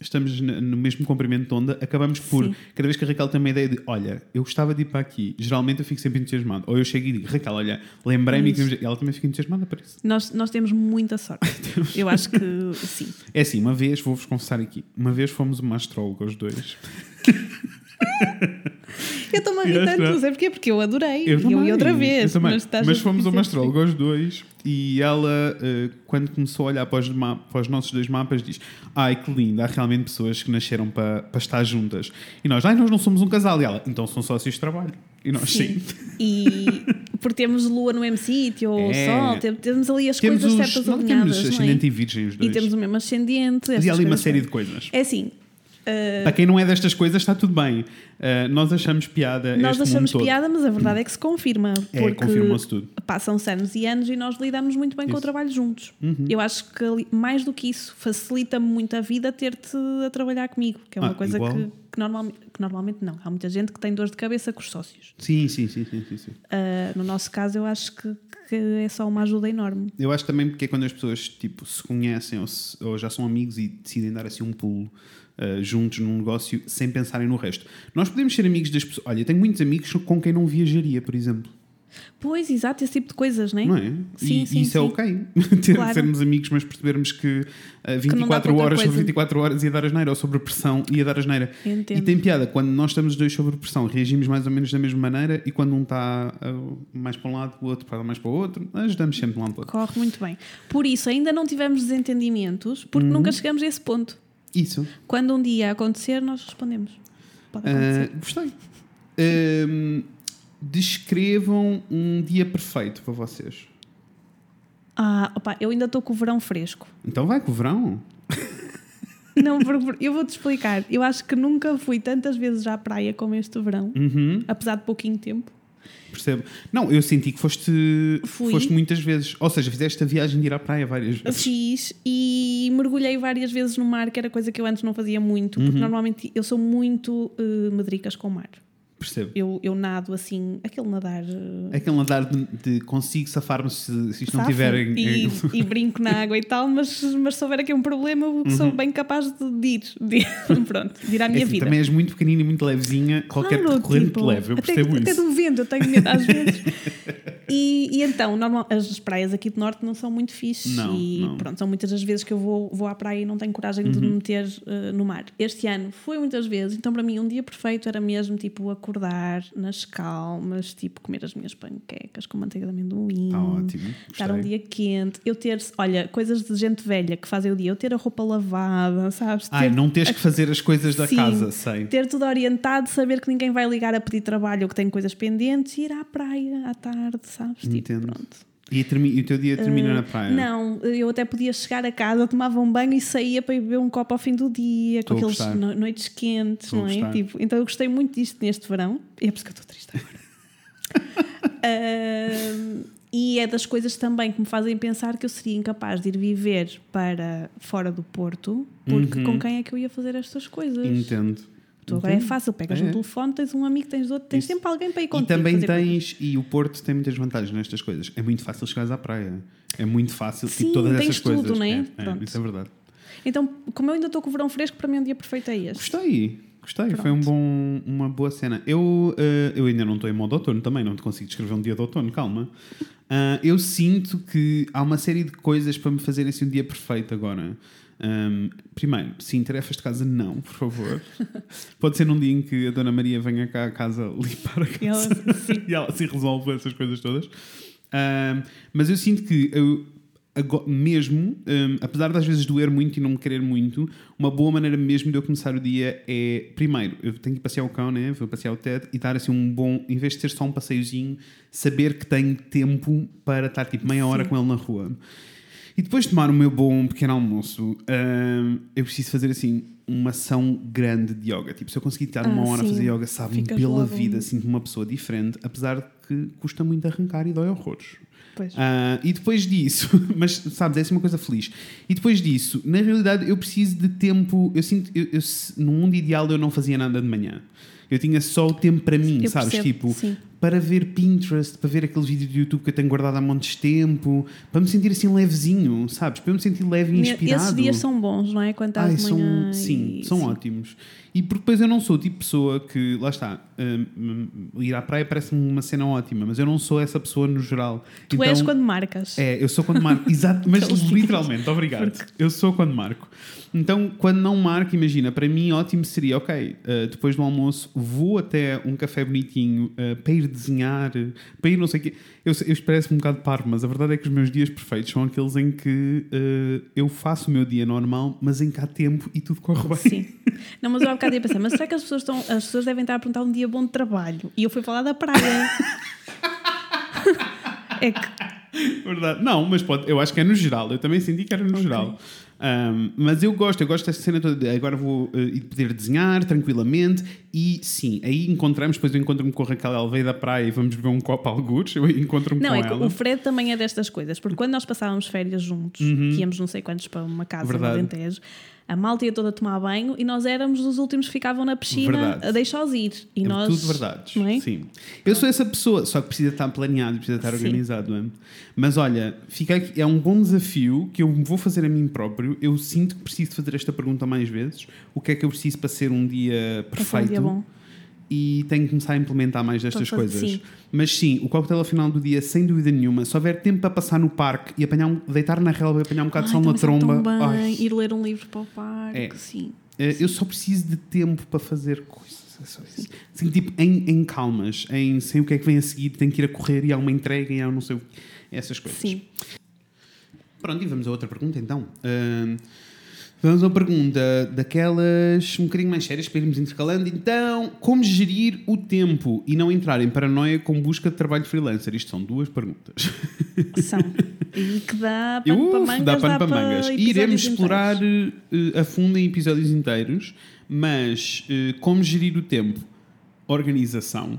Speaker 1: estamos na- no mesmo comprimento de onda, acabamos por.
Speaker 2: Sim.
Speaker 1: Cada vez que a Raquel tem uma ideia de, olha, eu gostava de ir para aqui, geralmente eu fico sempre entusiasmado. Ou eu chego e digo, Raquel, olha, lembrei-me que. temos-" E ela também fica entusiasmada para isso.
Speaker 2: Nós, nós temos muita sorte. Eu acho que sim.
Speaker 1: É assim, uma vez, vou-vos confessar aqui, uma vez fomos uma astróloga os dois.
Speaker 2: Eu estou-me a rir
Speaker 1: Yeah,
Speaker 2: tanto,
Speaker 1: está.
Speaker 2: não sei porquê, porque eu adorei.
Speaker 1: Eu
Speaker 2: e eu
Speaker 1: também,
Speaker 2: ia outra vez.
Speaker 1: eu também.
Speaker 2: Mas, estás
Speaker 1: Mas
Speaker 2: a-
Speaker 1: fomos a uma
Speaker 2: sim,
Speaker 1: astróloga aos dois e ela, eh, quando começou a olhar para os, ma- para os nossos dois mapas, diz: Ai que lindo, há realmente pessoas que nasceram para, para estar juntas. E nós, ai, nós não somos um casal. E ela, então são sócios de trabalho. E nós, sim.
Speaker 2: Sim. E por termos lua no mesmo sítio, ou
Speaker 1: É.
Speaker 2: sol, tem- temos ali as
Speaker 1: Temos,
Speaker 2: coisas
Speaker 1: os,
Speaker 2: certas
Speaker 1: nós
Speaker 2: alinhadas.
Speaker 1: temos
Speaker 2: não é?
Speaker 1: ascendente e virgem, os dois.
Speaker 2: E temos o mesmo ascendente.
Speaker 1: E
Speaker 2: estas
Speaker 1: há ali uma
Speaker 2: coisas
Speaker 1: série de
Speaker 2: todas.
Speaker 1: coisas.
Speaker 2: É assim. uh,
Speaker 1: Para quem não é destas coisas, está tudo bem. Eh, nós achamos piada
Speaker 2: nós
Speaker 1: É este mundo
Speaker 2: achamos
Speaker 1: todo.
Speaker 2: piada, mas a verdade é que se confirma.
Speaker 1: É,
Speaker 2: porque
Speaker 1: confirmou-se tudo.
Speaker 2: Passam-se anos e anos e nós lidamos muito bem com
Speaker 1: Isso. Uhum.
Speaker 2: o trabalho juntos. Eu acho que ali- mais do que isso, facilita-me muito a vida ter-te a trabalhar comigo, que é uma
Speaker 1: Ah,
Speaker 2: coisa
Speaker 1: igual.
Speaker 2: que, que normalmente, que normalmente não. Há muita gente que tem dor de cabeça com os sócios.
Speaker 1: Sim, sim, sim, sim, sim, sim.
Speaker 2: Uh, no nosso caso, eu acho que, que é só uma ajuda enorme.
Speaker 1: Eu acho também porque é quando as pessoas tipo, se conhecem ou, se- ou já são amigos e decidem dar assim um pulo ah, juntos num negócio sem pensarem no resto. Nós podemos ser amigos das pessoas. Olha, eu tenho muitos amigos com quem não viajaria, por exemplo.
Speaker 2: Pois, exato, esse tipo de coisas, né?
Speaker 1: Não é?
Speaker 2: Sim,
Speaker 1: e
Speaker 2: sim,
Speaker 1: isso é
Speaker 2: sim.
Speaker 1: ok. Ter-
Speaker 2: Claro.
Speaker 1: Sermos amigos, mas percebermos que ah,
Speaker 2: não dá
Speaker 1: 24
Speaker 2: para outra
Speaker 1: horas sobre
Speaker 2: coisa.
Speaker 1: 24 horas ia dar asneira ou sobre pressão ia dar asneira.
Speaker 2: Eu entendo.
Speaker 1: E tem piada. Quando nós estamos os dois sobre pressão, reagimos mais ou menos da mesma maneira e quando um está ah, mais para um lado, o outro para mais para o outro, ajudamos sempre de um lado para o outro.
Speaker 2: Corre muito bem. Por isso, ainda não tivemos desentendimentos, porque
Speaker 1: Uhum.
Speaker 2: nunca chegamos a esse ponto.
Speaker 1: Isso.
Speaker 2: Quando um dia acontecer, nós respondemos. Pode acontecer.
Speaker 1: Ah, gostei. Ahm, descrevam um dia perfeito para vocês.
Speaker 2: Ah, opa, eu ainda estou com o verão fresco.
Speaker 1: Então vai com o verão.
Speaker 2: Não, porque- eu vou-te explicar. Eu acho que nunca fui tantas vezes à praia como este verão, apesar de pouquinho tempo.
Speaker 1: Percebo. Não, eu senti que foste,
Speaker 2: Fui.
Speaker 1: foste muitas vezes. Ou seja, fizeste a viagem de ir à praia várias vezes.
Speaker 2: Fiz e mergulhei várias vezes no mar, que era coisa que eu antes não fazia muito, porque normalmente eu sou muito eh, medricas com o mar.
Speaker 1: Percebo.
Speaker 2: Eu, eu nado assim, aquele nadar. eh,
Speaker 1: É Aquele andar de, de consigo safar-me se, se isto não
Speaker 2: Safo
Speaker 1: tiverem.
Speaker 2: e, e brinco na água e tal, mas, mas se houver aqui um problema, eu sou bem capaz de, de ir, de- pronto, de ir à
Speaker 1: É
Speaker 2: minha
Speaker 1: assim,
Speaker 2: vida.
Speaker 1: também és muito pequenina e muito levezinha, qualquer percorrente
Speaker 2: tipo,
Speaker 1: te leva, eu
Speaker 2: até-
Speaker 1: percebo
Speaker 2: até,
Speaker 1: isso.
Speaker 2: do vento, eu tenho medo às vezes. E, e então, normal, as praias aqui do norte não são muito fixe
Speaker 1: Não,
Speaker 2: e
Speaker 1: não. Uhum.
Speaker 2: pronto, são muitas as vezes que eu vou, vou à praia e não tenho coragem de me meter eh, no mar. Este ano foi muitas vezes, então para mim um dia perfeito era mesmo tipo acordar nas calmas, tipo comer as minhas panquecas com manteiga de amendoim.
Speaker 1: Tá ótimo,
Speaker 2: Estar um
Speaker 1: gostei.
Speaker 2: dia quente, eu ter, olha, coisas de gente velha que fazem o dia, eu ter a roupa lavada, sabes?
Speaker 1: Ai,
Speaker 2: Ter-
Speaker 1: não tens que fazer as coisas da
Speaker 2: Sim.
Speaker 1: casa, sei.
Speaker 2: ter tudo orientado, saber que ninguém vai ligar a pedir trabalho ou que tem coisas pendentes, ir à praia à tarde, sabes? Tipo,
Speaker 1: Entendo.
Speaker 2: pronto. Eh,
Speaker 1: E, termi- e o teu dia termina na praia.
Speaker 2: Ah, Não, eu até podia chegar a casa, tomava um banho e saía para ir beber um copo ao fim do dia,
Speaker 1: Estou a
Speaker 2: com aqueles
Speaker 1: gostar.
Speaker 2: no- noites quentes,
Speaker 1: Estou a
Speaker 2: não é?
Speaker 1: gostar.
Speaker 2: Tipo, então eu gostei muito disto neste verão, e é por isso que eu estou triste agora. Ahm, e é das coisas também que me fazem pensar que eu seria incapaz de ir viver para fora do Porto, porque
Speaker 1: Uhum.
Speaker 2: com quem é que eu ia fazer estas coisas?
Speaker 1: Entendo.
Speaker 2: Tu agora é fácil, pegas
Speaker 1: É.
Speaker 2: um telefone, tens um amigo, tens outro, tens
Speaker 1: Isso.
Speaker 2: sempre alguém para ir
Speaker 1: E
Speaker 2: contigo.
Speaker 1: também
Speaker 2: fazer coisas.
Speaker 1: tens, e o Porto tem muitas vantagens nestas coisas. É muito fácil chegares à praia. É muito fácil,
Speaker 2: Sim,
Speaker 1: tipo todas
Speaker 2: tens
Speaker 1: essas
Speaker 2: tudo,
Speaker 1: coisas.
Speaker 2: não é?
Speaker 1: É,
Speaker 2: Pronto.
Speaker 1: isso é verdade.
Speaker 2: Então, como eu ainda estou com o verão fresco, para mim um dia perfeito é este.
Speaker 1: Gostei, gostei. Foi um bom, uma boa cena. Eu, eh, eu ainda não estou em modo outono também, não te consigo descrever um dia de outono, calma. Ah, eu sinto que há uma série de coisas para me fazerem assim um dia perfeito agora. Ahm, primeiro, sim, tarefas de casa não, por favor. Pode ser num dia em que a Dona Maria venha cá a casa limpar a
Speaker 2: E ela-
Speaker 1: casa e ela se resolve essas coisas todas. Ahm, mas eu sinto que eu, ago- mesmo, ahm, apesar das vezes doer muito e não me querer muito, uma boa maneira mesmo de eu começar o dia é, primeiro, eu tenho que passear o cão, né? vou passear o Ted e dar assim um bom, em vez de ser só um passeiozinho, saber que tenho tempo para estar tipo meia hora com ele na rua. E depois de tomar o meu bom pequeno almoço, ahm, eu preciso fazer assim uma ação grande de yoga. Tipo, se eu conseguir estar uma
Speaker 2: Ah,
Speaker 1: hora a
Speaker 2: sim.
Speaker 1: fazer yoga, sabe-me
Speaker 2: Ficas
Speaker 1: Hum, pela
Speaker 2: logo
Speaker 1: vida,
Speaker 2: um-
Speaker 1: sinto-me uma pessoa diferente, apesar de que custa muito arrancar e dói horrores.
Speaker 2: Pois.
Speaker 1: Ah, e depois disso, mas sabes, essa é uma coisa feliz. E depois disso, na realidade, eu preciso de tempo. Eu sinto, eu, eu se- no mundo ideal, eu não fazia nada de manhã. Eu tinha só o tempo para mim,
Speaker 2: Eu
Speaker 1: sabes?
Speaker 2: percebo,
Speaker 1: tipo,
Speaker 2: sim.
Speaker 1: para ver Pinterest, para ver aqueles vídeos do YouTube que eu tenho guardado há montes de tempo, para me sentir assim levezinho, sabes? Para eu me sentir leve e inspirado.
Speaker 2: Esses dias são bons, não é? Quando estás
Speaker 1: Ai,
Speaker 2: de
Speaker 1: são-
Speaker 2: manhã
Speaker 1: sim,
Speaker 2: e-
Speaker 1: são
Speaker 2: sim.
Speaker 1: ótimos. E porque depois eu não sou o tipo de pessoa que, lá está, hum, hum, ir à praia parece-me uma cena ótima, mas eu não sou essa pessoa no geral.
Speaker 2: Tu és quando marcas.
Speaker 1: É, eu sou quando marco. Exato, mas literalmente, obrigado. Eu sou quando marco. Então, quando não marco, imagina, para mim ótimo seria, ok, eh, depois do almoço vou até um café bonitinho eh, para ir desenhar, eh, para ir não sei o quê. Eu, sei- eu expresso um bocado parvo, mas a verdade é que os meus dias perfeitos são aqueles em que eh, eu faço o meu dia normal, mas em que há tempo e tudo corre bem.
Speaker 2: Sim. Não, mas eu há bocado ia pensar, mas será que as pessoas estão. As pessoas devem estar a perguntar um dia bom de trabalho? E eu fui falar da praia. é que.
Speaker 1: Verdade. Não, mas pode, eu acho que é no geral. Eu também senti que era no geral. Ahm, mas eu gosto, eu gosto dessa cena toda. de agora vou eh, ir poder desenhar tranquilamente. E sim, aí encontramos. Depois eu encontro-me com a Raquel Alveia da praia e vamos beber um copo a algures. Eu encontro-me com
Speaker 2: Não, é que
Speaker 1: ela.
Speaker 2: o Fred também é destas coisas, porque quando nós passávamos férias juntos, que íamos não sei quantos para uma casa
Speaker 1: Uhum. Verdade.
Speaker 2: no Alentejo, a malta ia toda tomar banho e nós éramos os últimos que ficavam na piscina
Speaker 1: Verdade.
Speaker 2: a deixá-los ir. E
Speaker 1: É
Speaker 2: nós,
Speaker 1: Tudo verdades.
Speaker 2: Não é?
Speaker 1: Sim. Eu sou essa pessoa, só que precisa estar planeado, precisa estar
Speaker 2: Sim.
Speaker 1: organizado. não é? Mas olha, fica aqui, é um bom desafio que eu vou fazer a mim próprio. Eu sinto que preciso fazer esta pergunta mais vezes. O que é que eu preciso para ser um dia
Speaker 2: Para ser um
Speaker 1: perfeito?
Speaker 2: dia bom.
Speaker 1: e tenho que começar a implementar mais destas
Speaker 2: Então,
Speaker 1: coisas.
Speaker 2: sim.
Speaker 1: Mas sim, o coquetel ao final do dia, sem dúvida nenhuma, se houver tempo para passar no parque e apanhar um, deitar na relva e apanhar um bocado de
Speaker 2: Ai,
Speaker 1: sol na
Speaker 2: também sabe
Speaker 1: tromba.
Speaker 2: tão bem,
Speaker 1: ai,
Speaker 2: ir ler um livro para o parque,
Speaker 1: É.
Speaker 2: sim.
Speaker 1: eh, eu só preciso de tempo para fazer coisas. é só isso. Assim, tipo, em, em calmas, em sem o que é que vem a seguir, tenho que ir a correr e há uma entrega e há não sei o quê. Essas coisas.
Speaker 2: Sim.
Speaker 1: Pronto, e vamos a outra pergunta então. Ahm, vamos a uma pergunta daquelas um bocadinho mais sérias para irmos intercalando. Então, como gerir o tempo e não entrar em paranoia com busca de trabalho freelancer? Isto são duas perguntas.
Speaker 2: São. E que dá
Speaker 1: Eu
Speaker 2: pano para mangas.
Speaker 1: dá pano para mangas.
Speaker 2: episódios
Speaker 1: Iremos
Speaker 2: inteiros.
Speaker 1: explorar eh, a fundo em episódios inteiros, mas eh, como gerir o tempo? Organização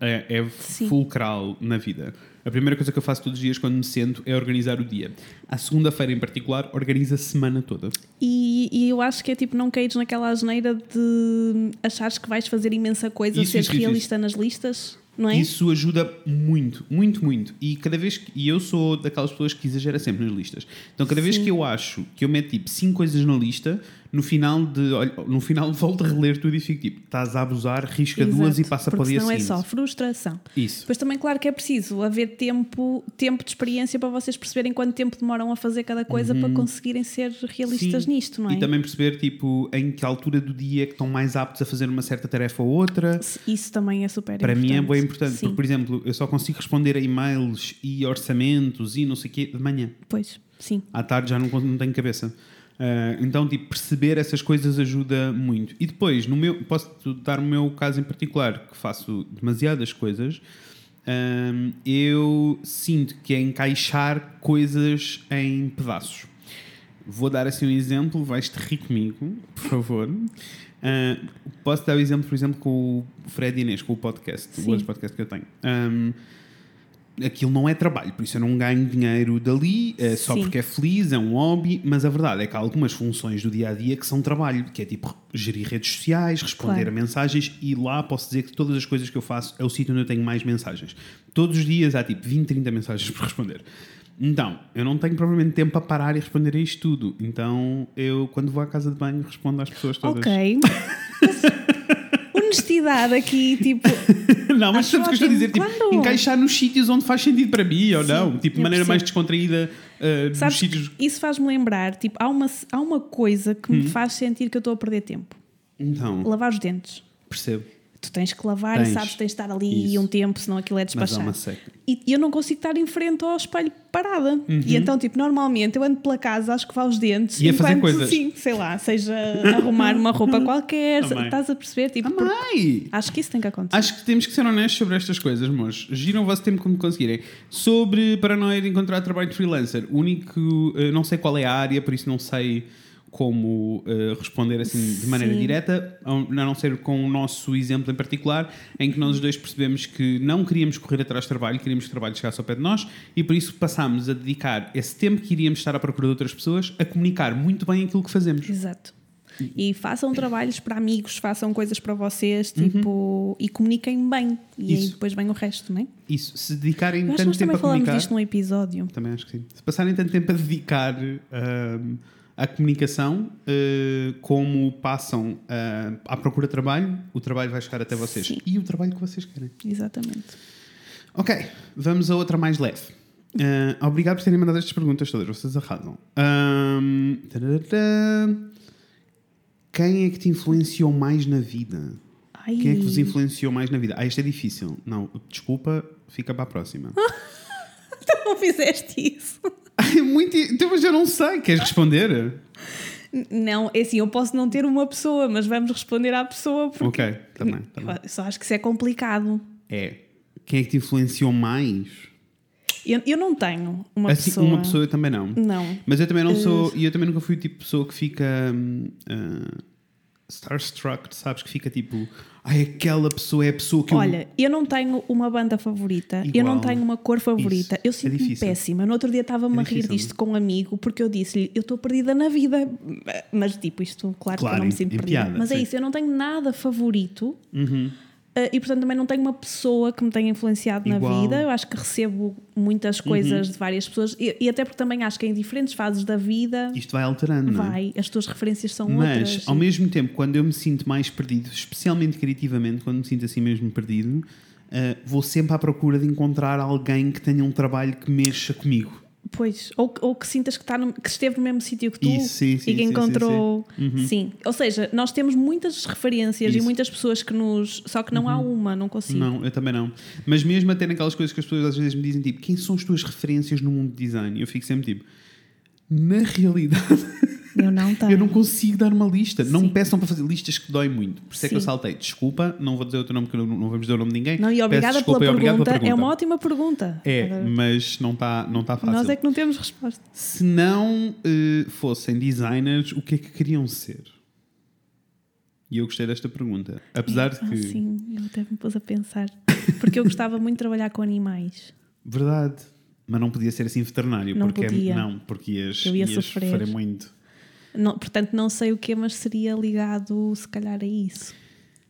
Speaker 1: é, é
Speaker 2: Sim.
Speaker 1: fulcral na vida. A primeira coisa que eu faço todos os dias quando me sento é organizar o dia. A segunda-feira, em particular, organiza a semana toda.
Speaker 2: E, e eu acho que é tipo, não caíres naquela asneira de achares que vais fazer imensa coisa,
Speaker 1: Isso,
Speaker 2: seres
Speaker 1: isso, isso,
Speaker 2: realista nas listas, não é?
Speaker 1: Isso ajuda muito, muito, muito. E cada vez que. E eu sou daquelas pessoas que exagera sempre nas listas. Então, cada vez que eu acho que eu meto tipo 5 coisas na lista, no final de. olha, No final volto a reler tudo e fico tipo, estás a abusar, risca é duas e
Speaker 2: Exato,
Speaker 1: passa para o
Speaker 2: porque
Speaker 1: dia
Speaker 2: senão
Speaker 1: seguinte.
Speaker 2: é só frustração.
Speaker 1: Isso.
Speaker 2: Depois também, claro que é preciso haver tempo, tempo de experiência para vocês perceberem quanto tempo demoram a fazer cada coisa para conseguirem ser realistas
Speaker 1: Uhum. Sim.
Speaker 2: nisto, não é?
Speaker 1: E também perceber tipo em que altura do dia é que estão mais aptos a fazer uma certa tarefa ou outra.
Speaker 2: Isso também é super
Speaker 1: Para
Speaker 2: importante.
Speaker 1: mim é bem importante,
Speaker 2: Sim,
Speaker 1: porque, por exemplo, eu só consigo responder a e-mails e orçamentos e não sei o quê de manhã.
Speaker 2: pois, sim.
Speaker 1: À tarde já não, con- não tenho cabeça. Ah, então, tipo, perceber essas coisas ajuda muito. E depois, no meu, posso dar o meu caso em particular, que faço demasiadas coisas. ahm, eu sinto que é encaixar coisas em pedaços. Vou dar assim um exemplo, vais-te rir comigo, por favor. Ah, posso dar o exemplo, por exemplo, com o Fred Inês, com o podcast, o
Speaker 2: Sim.
Speaker 1: outro podcast que eu tenho. Ahm, aquilo não é trabalho, por isso eu não ganho dinheiro dali, é só
Speaker 2: Sim.
Speaker 1: porque é feliz, é um hobby, mas a verdade é que há algumas funções do dia a dia que são trabalho, que é tipo gerir redes sociais, responder
Speaker 2: Claro.
Speaker 1: a mensagens, e lá posso dizer que todas as coisas que eu faço é o sítio onde eu tenho mais mensagens. Todos os dias há tipo 20, 30 mensagens para responder. Então, eu não tenho provavelmente tempo para parar e responder a isto tudo. Então, eu, quando vou à casa de banho, respondo às pessoas todas.
Speaker 2: Ok. Mas honestidade aqui, tipo,
Speaker 1: não, mas
Speaker 2: Acho
Speaker 1: sabes o que eu estou a dizer?
Speaker 2: ótimo,
Speaker 1: Tipo,
Speaker 2: claro.
Speaker 1: encaixar nos sítios onde faz sentido para mim ou não. Tipo, de
Speaker 2: eu
Speaker 1: maneira mais
Speaker 2: percebo.
Speaker 1: descontraída, eh, nos
Speaker 2: sabes,
Speaker 1: sítios Hum.
Speaker 2: isso faz-me lembrar, tipo, há uma, há uma coisa que me faz sentir que eu estou a perder tempo.
Speaker 1: Então,
Speaker 2: Lavar os dentes.
Speaker 1: percebo.
Speaker 2: Tu tens que lavar
Speaker 1: Tens.
Speaker 2: e sabes que tens de estar ali
Speaker 1: Isso.
Speaker 2: um tempo, senão aquilo é
Speaker 1: Mas há
Speaker 2: despachado.
Speaker 1: uma seca. Uhum.
Speaker 2: E e eu não consigo estar em frente ao espelho parada. E então, tipo, normalmente eu ando pela casa a escovar os dentes
Speaker 1: E a fazer
Speaker 2: enquanto,
Speaker 1: coisas.
Speaker 2: Sim, sei lá, seja arrumar uma roupa qualquer,
Speaker 1: Também.
Speaker 2: estás a perceber? Tipo, porque
Speaker 1: Amai!
Speaker 2: acho que isso tem que acontecer.
Speaker 1: Acho que temos que ser honestos sobre estas coisas, moços. Giram o vosso tempo como conseguirem. Sobre paranoia de encontrar trabalho de freelancer, o único. eh, Não sei qual é a área, por isso não sei como eh, responder assim de maneira
Speaker 2: Sim.
Speaker 1: direta, a um- a não ser com o nosso exemplo em particular, em que nós os dois percebemos que não queríamos correr atrás de trabalho, queríamos que o trabalho chegasse ao pé de nós e por isso passámos a dedicar esse tempo que iríamos estar à procura de outras pessoas a comunicar muito bem aquilo que fazemos.
Speaker 2: Exato. E façam trabalhos para amigos, façam coisas para vocês, tipo, e comuniquem bem. E aí
Speaker 1: Uhum. Isso.
Speaker 2: depois vem o resto, não é?
Speaker 1: Isso, se dedicarem
Speaker 2: Eu acho que
Speaker 1: tanto
Speaker 2: nós
Speaker 1: tempo
Speaker 2: também
Speaker 1: a
Speaker 2: falámos
Speaker 1: comunicar.
Speaker 2: disto num episódio.
Speaker 1: Também acho que sim. Se passarem tanto tempo a dedicar ahm, à comunicação, eh, como passam ah, à procura de trabalho, o trabalho vai chegar até vocês.
Speaker 2: Sim.
Speaker 1: E o trabalho que vocês querem.
Speaker 2: Exatamente.
Speaker 1: Ok, vamos a outra mais leve. Ah, obrigado por terem mandado estas perguntas todas, vocês arrasam. Ahm, tarará. quem é que te influenciou mais na vida?
Speaker 2: Ai,
Speaker 1: Quem é que vos influenciou mais na vida? Ah, isto é difícil. Não, desculpa, fica para a próxima.
Speaker 2: tu não fizeste isso.
Speaker 1: Ai, muito. Então, mas eu não sei. Queres responder?
Speaker 2: N- Não, é assim, eu posso não ter uma pessoa, mas vamos responder à pessoa porque
Speaker 1: Ok, também. também.
Speaker 2: Eu só acho que isso é complicado.
Speaker 1: É. Quem é que te influenciou mais?
Speaker 2: Eu, eu não tenho uma
Speaker 1: assim,
Speaker 2: pessoa.
Speaker 1: uma pessoa eu também não.
Speaker 2: Não. Eh,
Speaker 1: Mas eu também não sou. E eu também nunca fui o tipo de pessoa que fica. hum, ah, starstruck, sabes? Que fica tipo. Ai, aquela pessoa é a pessoa que eu.
Speaker 2: Olha, eu não tenho uma banda favorita, eu
Speaker 1: Igual.
Speaker 2: não tenho uma cor favorita.
Speaker 1: Isso.
Speaker 2: Eu
Speaker 1: É
Speaker 2: sinto-me
Speaker 1: difícil. É
Speaker 2: péssima. No outro dia estava-me a rir
Speaker 1: difícil,
Speaker 2: disto com um amigo, porque eu disse-lhe, eu estou perdida na vida. Mas, tipo, isto, claro, que
Speaker 1: Claro,
Speaker 2: eu não me
Speaker 1: em-
Speaker 2: sinto
Speaker 1: em
Speaker 2: perdida.
Speaker 1: piada,
Speaker 2: Mas é
Speaker 1: sim. Uhum.
Speaker 2: isso, eu não tenho nada favorito. Eh, E, portanto, também não tenho uma pessoa que me tenha influenciado na
Speaker 1: Igual. Uhum.
Speaker 2: vida. Eu acho que recebo muitas coisas de várias pessoas. E, e até porque também acho que é em diferentes fases da vida
Speaker 1: Isto vai alterando, não é?
Speaker 2: vai. As tuas referências são
Speaker 1: Mas,
Speaker 2: outras.
Speaker 1: ao mesmo tempo, quando eu me sinto mais perdido, especialmente criativamente, quando me sinto assim mesmo perdido, ah, vou sempre à procura de encontrar alguém que tenha um trabalho que mexa comigo.
Speaker 2: Pois, ou, que- ou que sintas que, tá no- que esteve no mesmo sítio que tu
Speaker 1: Isso, sim, sim,
Speaker 2: e que
Speaker 1: sim, Uhum.
Speaker 2: encontrou. Sim, ou seja, nós temos muitas referências e
Speaker 1: Isso. Uhum.
Speaker 2: muitas pessoas que nos. Só que não há uma, não consigo.
Speaker 1: Não, eu também não. Mas mesmo até naquelas coisas que as pessoas às vezes me dizem, tipo, quem são as tuas referências no mundo de design? Eu fico sempre tipo, na realidade,
Speaker 2: Eu não tenho.
Speaker 1: eu não consigo dar uma lista. Não me
Speaker 2: Sim.
Speaker 1: peçam para fazer listas que dói muito. Por isso é que eu
Speaker 2: Sim.
Speaker 1: saltei. Desculpa, não vou dizer o teu nome, porque não, não vamos dizer o nome de ninguém.
Speaker 2: Não, e
Speaker 1: Peço
Speaker 2: obrigada
Speaker 1: desculpa
Speaker 2: pela,
Speaker 1: e obrigado
Speaker 2: pergunta. É uma ótima pergunta.
Speaker 1: É, mas não está não tá fácil.
Speaker 2: Nós é que não temos resposta.
Speaker 1: Se não eh, fossem designers, o que é que queriam ser? E eu gostei desta pergunta. Apesar de
Speaker 2: Ah,
Speaker 1: que.
Speaker 2: sim, eu até me pus a pensar. Porque eu gostava muito de trabalhar com animais.
Speaker 1: Verdade. Mas não podia ser assim veterinário,
Speaker 2: Não
Speaker 1: porque é-
Speaker 2: podia.
Speaker 1: não, porque ias,
Speaker 2: Eu ia
Speaker 1: ias
Speaker 2: sofrer.
Speaker 1: muito.
Speaker 2: Não- portanto, não sei o que, mas seria ligado se calhar a isso.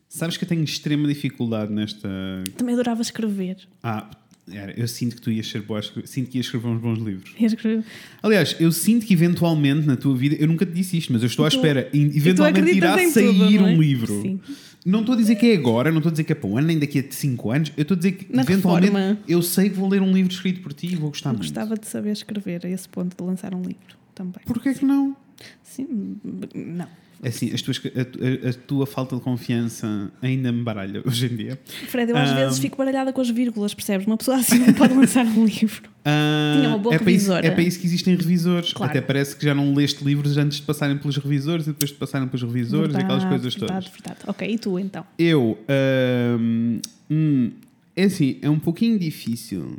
Speaker 1: Sabes que eu tenho extrema dificuldade nesta.
Speaker 2: Também adorava escrever.
Speaker 1: Ah, era, eu sinto que tu ias ser boa, a escre- sinto que ias escrever uns bons livros.
Speaker 2: Eu escrevo-
Speaker 1: Aliás, eu sinto que eventualmente na tua vida, eu nunca te disse isto, mas eu estou à
Speaker 2: E tu-
Speaker 1: espera, e
Speaker 2: acreditas
Speaker 1: eventualmente irá
Speaker 2: em tudo,
Speaker 1: sair
Speaker 2: não é?
Speaker 1: um livro.
Speaker 2: Sim.
Speaker 1: Não estou a dizer que é agora, não estou a dizer que é para um ano, nem daqui a cinco anos, eu estou a dizer que
Speaker 2: Na
Speaker 1: eventualmente
Speaker 2: reforma.
Speaker 1: eu sei que vou ler um livro escrito por ti e vou gostar
Speaker 2: Eu
Speaker 1: muito.
Speaker 2: gostava de saber escrever a esse ponto de lançar um livro também.
Speaker 1: Porquê que não?
Speaker 2: Sim, b- não.
Speaker 1: Assim, as tuas- a, tu- a- a tua falta de confiança ainda me baralha hoje em dia.
Speaker 2: Fred, eu às
Speaker 1: Ahm.
Speaker 2: vezes fico baralhada com as vírgulas, percebes? Uma pessoa assim não pode lançar um livro.
Speaker 1: Ah,
Speaker 2: Tinha uma boa
Speaker 1: é para, isso,
Speaker 2: revisora.
Speaker 1: é para isso que existem revisores.
Speaker 2: Claro.
Speaker 1: Até parece que já não leste livros antes de passarem pelos revisores e depois de passarem pelos revisores e aquelas coisas todas.
Speaker 2: verdade, verdade. Ok, e tu então?
Speaker 1: Eu. ahm, hum, é assim, é um pouquinho difícil.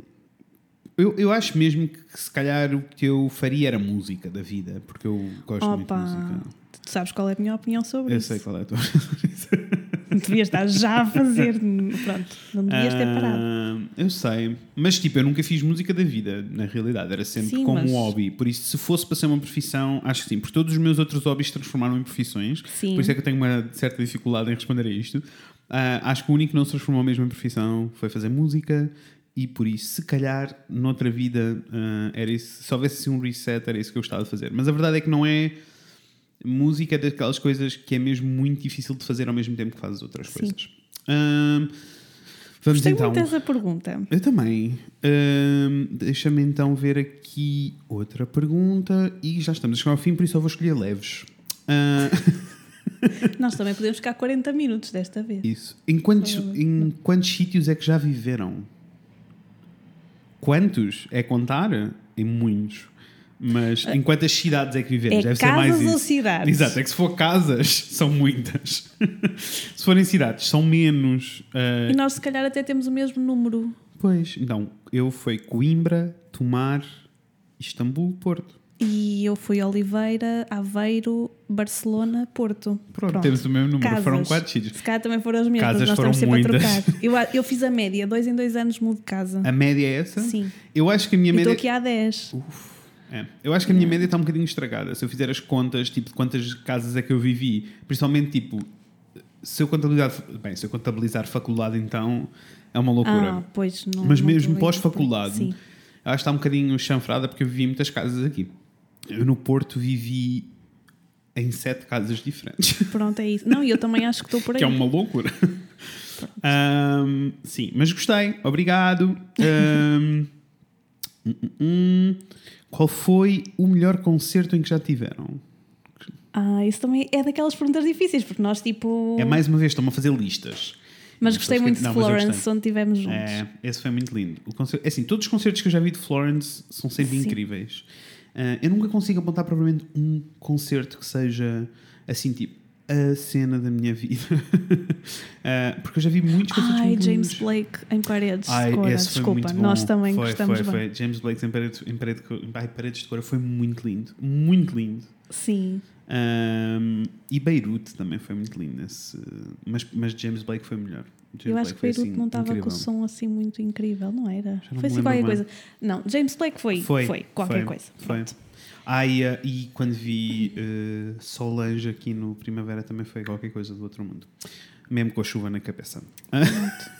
Speaker 1: Eu, eu acho mesmo que, se calhar o que eu faria era música da vida, porque eu gosto muito de
Speaker 2: Opa,
Speaker 1: música.
Speaker 2: tu sabes qual é a minha opinião sobre
Speaker 1: Eu
Speaker 2: isso.
Speaker 1: sei qual é a tua.
Speaker 2: Devias estar já a fazer. Pronto, não devias ter é parado.
Speaker 1: Ah, eu sei, mas tipo, eu nunca fiz música da vida, na realidade, era sempre
Speaker 2: Sim,
Speaker 1: como
Speaker 2: mas-
Speaker 1: um hobby. Por isso, se fosse para ser uma profissão, acho que sim, porque todos os meus outros hobbies se transformaram em profissões.
Speaker 2: Sim.
Speaker 1: Por isso é que eu tenho uma certa dificuldade em responder a isto. Ah, acho que o único que não se transformou mesmo em profissão foi fazer música. E por isso, se calhar, noutra vida, ah, era isso, se houvesse assim, um reset, era isso que eu gostava de fazer. Mas a verdade é que não é. Música é daquelas coisas que é mesmo muito difícil de fazer ao mesmo tempo que fazes outras
Speaker 2: Sim.
Speaker 1: coisas. Ah, vamos
Speaker 2: Gostei
Speaker 1: então.
Speaker 2: muito dessa pergunta.
Speaker 1: Eu também. Ahm, Deixa-me então ver aqui outra pergunta. E já estamos a chegar ao fim, por isso eu vou escolher leves. Ah,
Speaker 2: Nós também podemos ficar 40 minutos desta vez.
Speaker 1: isso. Em quantos,
Speaker 2: Hum.
Speaker 1: em quantos sítios é que já viveram? Quantos? É contar? Em muitos. Mas em quantas cidades é que vivemos?
Speaker 2: É
Speaker 1: Deve ser mais
Speaker 2: casas
Speaker 1: isso.
Speaker 2: ou cidades?
Speaker 1: Exato, é que se for casas, são muitas. se forem cidades, são menos. Ah,
Speaker 2: E nós, se calhar, até temos o mesmo número.
Speaker 1: Pois, então, eu fui Coimbra, Tomar, Istambul, Porto.
Speaker 2: E eu fui Oliveira, Aveiro, Barcelona, Porto.
Speaker 1: Pronto, temos o mesmo número.
Speaker 2: Casas.
Speaker 1: Foram quatro sítios.
Speaker 2: Se calhar também foram as mesmas,
Speaker 1: Casas
Speaker 2: nós estamos
Speaker 1: foram
Speaker 2: sempre a
Speaker 1: muitas.
Speaker 2: trocar. Eu, a- eu fiz a média, dois em dois anos mudo de casa.
Speaker 1: A média é essa?
Speaker 2: Sim.
Speaker 1: Eu acho que a minha
Speaker 2: E estou
Speaker 1: média.
Speaker 2: aqui há 10.
Speaker 1: É. Eu acho que a minha média está um bocadinho estragada. Se eu fizer as contas, tipo, de quantas casas é que eu vivi, principalmente, tipo, se eu contabilizar, bem, se eu contabilizar faculdade, então é uma loucura.
Speaker 2: Ah, pois não.
Speaker 1: Mas
Speaker 2: não
Speaker 1: mesmo
Speaker 2: tô
Speaker 1: pós-faculdade,
Speaker 2: Sim.
Speaker 1: acho que está um bocadinho chanfrada porque eu vivi em muitas casas aqui. Eu no Porto vivi em sete casas diferentes,
Speaker 2: Pronto, é isso. Não, e eu também acho que estou por aí.
Speaker 1: que é uma loucura. Ahm, sim, mas gostei, obrigado. Ahm, hum, hum, hum. Qual foi o melhor concerto em que já tiveram?
Speaker 2: Ah, isso também é daquelas perguntas difíceis, porque nós, tipo.
Speaker 1: É mais uma vez, estão a fazer listas.
Speaker 2: Mas gostei muito de
Speaker 1: Não, mas eu
Speaker 2: Florence,
Speaker 1: gostei.
Speaker 2: onde estivemos juntos.
Speaker 1: É, esse foi muito lindo. O concerto, é assim, todos os concertos que eu já vi de Florence são sempre
Speaker 2: Sim.
Speaker 1: incríveis. Ah, eu nunca consigo apontar propriamente um concerto que seja assim, tipo, a cena da minha vida. Ah, porque eu já vi muitos concertos.
Speaker 2: Ai,
Speaker 1: muito
Speaker 2: James
Speaker 1: lindos.
Speaker 2: Blake em paredes
Speaker 1: Ai,
Speaker 2: de cora,
Speaker 1: esse foi
Speaker 2: desculpa.
Speaker 1: muito bom.
Speaker 2: Nós também
Speaker 1: foi,
Speaker 2: gostamos
Speaker 1: foi,
Speaker 2: bem.
Speaker 1: foi. James Blake em paredes, em parede, co- ai, paredes de cora foi muito lindo. Muito lindo.
Speaker 2: Sim.
Speaker 1: Ahm, e Beirute também foi muito lindo. esse- mas, mas James Blake foi melhor. James
Speaker 2: eu acho que
Speaker 1: foi,
Speaker 2: Beirute
Speaker 1: assim,
Speaker 2: não estava com
Speaker 1: incrível.
Speaker 2: o som assim muito incrível, não era?
Speaker 1: não
Speaker 2: foi
Speaker 1: me
Speaker 2: assim
Speaker 1: lembro
Speaker 2: qualquer
Speaker 1: bem.
Speaker 2: coisa. Não, James Blake foi, foi, qualquer
Speaker 1: foi,
Speaker 2: coisa.
Speaker 1: Foi.
Speaker 2: Pronto.
Speaker 1: Ai, eh, e quando vi eh, Solange aqui no Primavera também foi qualquer coisa do outro mundo. Mesmo com a chuva na cabeça.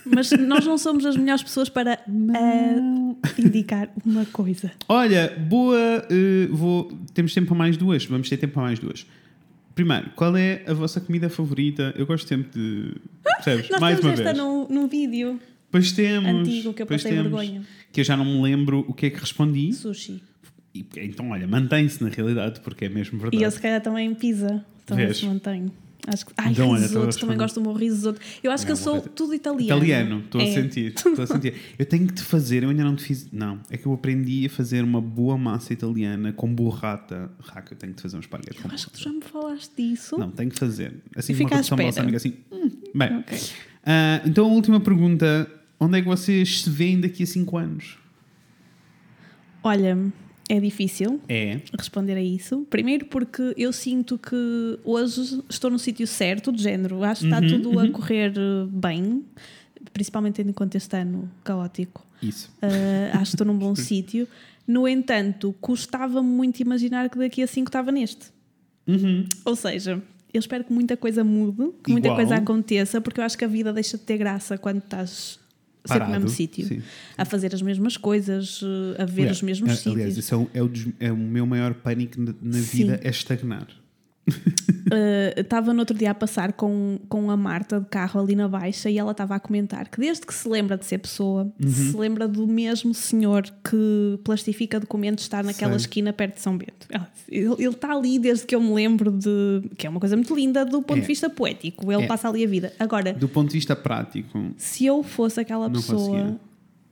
Speaker 2: Mas nós não somos as melhores pessoas para ah, indicar uma coisa.
Speaker 1: Olha, boa. eh, vou, temos tempo para mais duas. Vamos ter tempo para mais duas. Primeiro, qual é a vossa comida favorita? Eu gosto sempre de. Percebes?
Speaker 2: Nós
Speaker 1: mais uma
Speaker 2: temos esta
Speaker 1: vez.
Speaker 2: num, num vídeo
Speaker 1: Pois temos.
Speaker 2: antigo que eu
Speaker 1: pois
Speaker 2: passei
Speaker 1: temos,
Speaker 2: vergonha.
Speaker 1: Que eu já não me lembro o que é que respondi.
Speaker 2: Sushi.
Speaker 1: E, então, olha, mantém-se na realidade, porque é mesmo verdade.
Speaker 2: E eu se calhar também Então, pisa. Também
Speaker 1: Vês?
Speaker 2: se mantenho. Acho que... Ai,
Speaker 1: Então, olha, estava a
Speaker 2: risoto. Também
Speaker 1: responder.
Speaker 2: um gosto do meu risoto. Eu acho que eu
Speaker 1: Não,
Speaker 2: sou
Speaker 1: vou fazer-
Speaker 2: tudo italiano.
Speaker 1: Italiano, estou
Speaker 2: É.
Speaker 1: a sentir. Estou a sentir. Eu tenho que te fazer, eu ainda não te fiz. Não, é que eu aprendi a fazer uma boa massa italiana com burrata. Raca, eu tenho que te fazer um esparguete com
Speaker 2: Eu acho que tu
Speaker 1: burrata.
Speaker 2: já me falaste disso.
Speaker 1: Não, tenho que fazer. Assim,
Speaker 2: E
Speaker 1: uma
Speaker 2: fica à
Speaker 1: redução
Speaker 2: espera.
Speaker 1: balsâmica assim. hum, bem.
Speaker 2: Ok.
Speaker 1: Ah, então, a última pergunta: onde é que vocês se veem daqui a 5 anos?
Speaker 2: Olha, é difícil
Speaker 1: É.
Speaker 2: responder a isso. Primeiro porque eu sinto que hoje estou no sítio certo, do género. Acho que está
Speaker 1: Uhum,
Speaker 2: tudo a correr eh, bem. Principalmente tendo em conta este ano caótico.
Speaker 1: Isso.
Speaker 2: Uh, acho que estou num bom sítio. No entanto, custava-me muito imaginar que daqui a 5 estava neste. Ou seja, eu espero que muita coisa mude, que muita
Speaker 1: Uhum. Igual.
Speaker 2: coisa aconteça, porque eu acho que a vida deixa de ter graça quando estás sempre no
Speaker 1: Parado,
Speaker 2: mesmo sítio.
Speaker 1: sim.
Speaker 2: A fazer as mesmas coisas, uh, a ver os mesmos
Speaker 1: Aliás,
Speaker 2: sítios.
Speaker 1: Aliás, isso é, um- é o, dos- é o meu maior pânico na, na
Speaker 2: Sim.
Speaker 1: vida: é estagnar.
Speaker 2: Uh, estava no outro dia a passar com, com a Marta de carro ali na Baixa e ela estava a comentar que desde que se lembra de ser pessoa,
Speaker 1: Uhum.
Speaker 2: se lembra do mesmo senhor que plastifica documentos está naquela
Speaker 1: Sei.
Speaker 2: esquina perto de São Bento. Ela disse, Ele, ele está ali desde que eu me lembro de. que é uma coisa muito linda do ponto
Speaker 1: É.
Speaker 2: de vista poético. Ele
Speaker 1: É.
Speaker 2: passa ali a vida. Agora,
Speaker 1: Do ponto de vista prático,
Speaker 2: se eu fosse aquela
Speaker 1: Não
Speaker 2: pessoa.
Speaker 1: conseguia.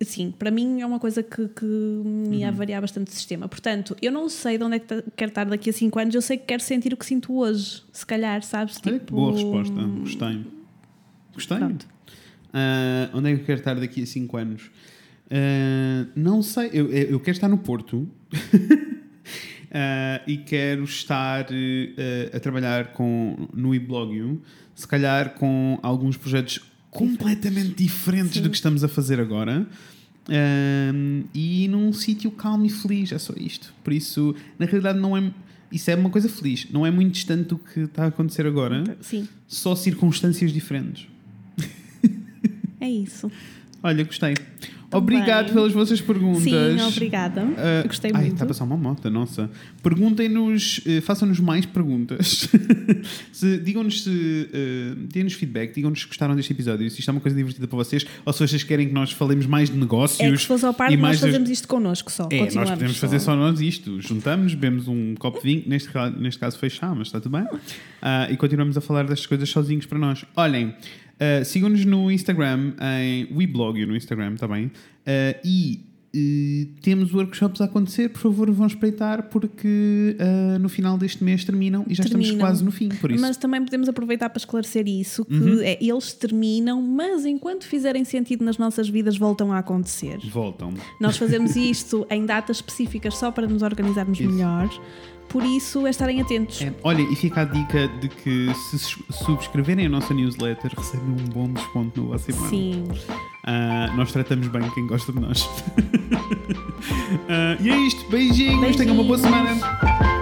Speaker 2: Sim, para mim é uma coisa que, que me
Speaker 1: Uhum.
Speaker 2: ia variar bastante o sistema. Portanto, eu não sei de onde é que ta- quero estar daqui a 5 anos, eu sei que quero sentir o que sinto hoje, se calhar, sabes? Tipo,
Speaker 1: Olha que É, boa resposta. Gostei. Gostei.
Speaker 2: Pronto.
Speaker 1: Ah, onde é que eu quero estar daqui a 5 anos? Ah, não sei. Eu, eu eu quero estar no Porto. Ah, e quero estar eh, a trabalhar com, no Iblogio, se calhar com alguns projetos completamente diferentes do que estamos a fazer agora. Ahm, e num sítio calmo e feliz, é só isto. Por isso, na realidade, não é. Isso é uma coisa feliz, não é muito distante do que está a acontecer agora,
Speaker 2: Sim,
Speaker 1: só circunstâncias diferentes.
Speaker 2: é isso.
Speaker 1: Olha, gostei. Obrigado
Speaker 2: bem.
Speaker 1: pelas vossas perguntas.
Speaker 2: Sim, obrigada.
Speaker 1: Ah,
Speaker 2: Gostei
Speaker 1: Um, ai,
Speaker 2: muito.
Speaker 1: está a passar uma moto, nossa. Perguntem-nos, eh, façam-nos mais perguntas. Se- digam-nos se. eh, Deem-nos feedback, digam-nos se gostaram deste episódio, se isto é uma coisa divertida para vocês, ou se vocês querem que nós falemos mais de negócios.
Speaker 2: É que se fosse ao par,
Speaker 1: e
Speaker 2: nós
Speaker 1: mais das-
Speaker 2: fazemos isto connosco só.
Speaker 1: É,
Speaker 2: Continuamos
Speaker 1: nós podemos fazer só nós isto. Juntamos, bebemos um copo de vinho, neste, ca- neste caso foi chá, mas está tudo bem. Ah, e continuamos a falar destas coisas sozinhos para nós. Olhem, ah, sigam-nos no Instagram, em WeBlog no Instagram, está bem? Ah, e eh, temos workshops a acontecer, por favor, vão espreitar, porque ah, no final deste mês terminam e já estamos
Speaker 2: Terminam.
Speaker 1: quase no fim, por isso. Uhum.
Speaker 2: Mas também podemos aproveitar para esclarecer isso, que é, eles terminam, mas enquanto fizerem sentido nas nossas vidas, voltam a acontecer.
Speaker 1: Voltam.
Speaker 2: Nós fazemos isto em datas específicas só para nos organizarmos
Speaker 1: Isso.
Speaker 2: melhor. Por isso, é estarem atentos.
Speaker 1: É, olha, e fica a dica de que se sus- subscreverem a nossa newsletter, recebem um bom desconto no vosso e-mail.
Speaker 2: Sim.
Speaker 1: Ah, nós tratamos bem quem gosta de nós. Ah, e é isto. Beijinhos. Beijinhos. Tenham uma boa
Speaker 2: Beijinhos.
Speaker 1: semana.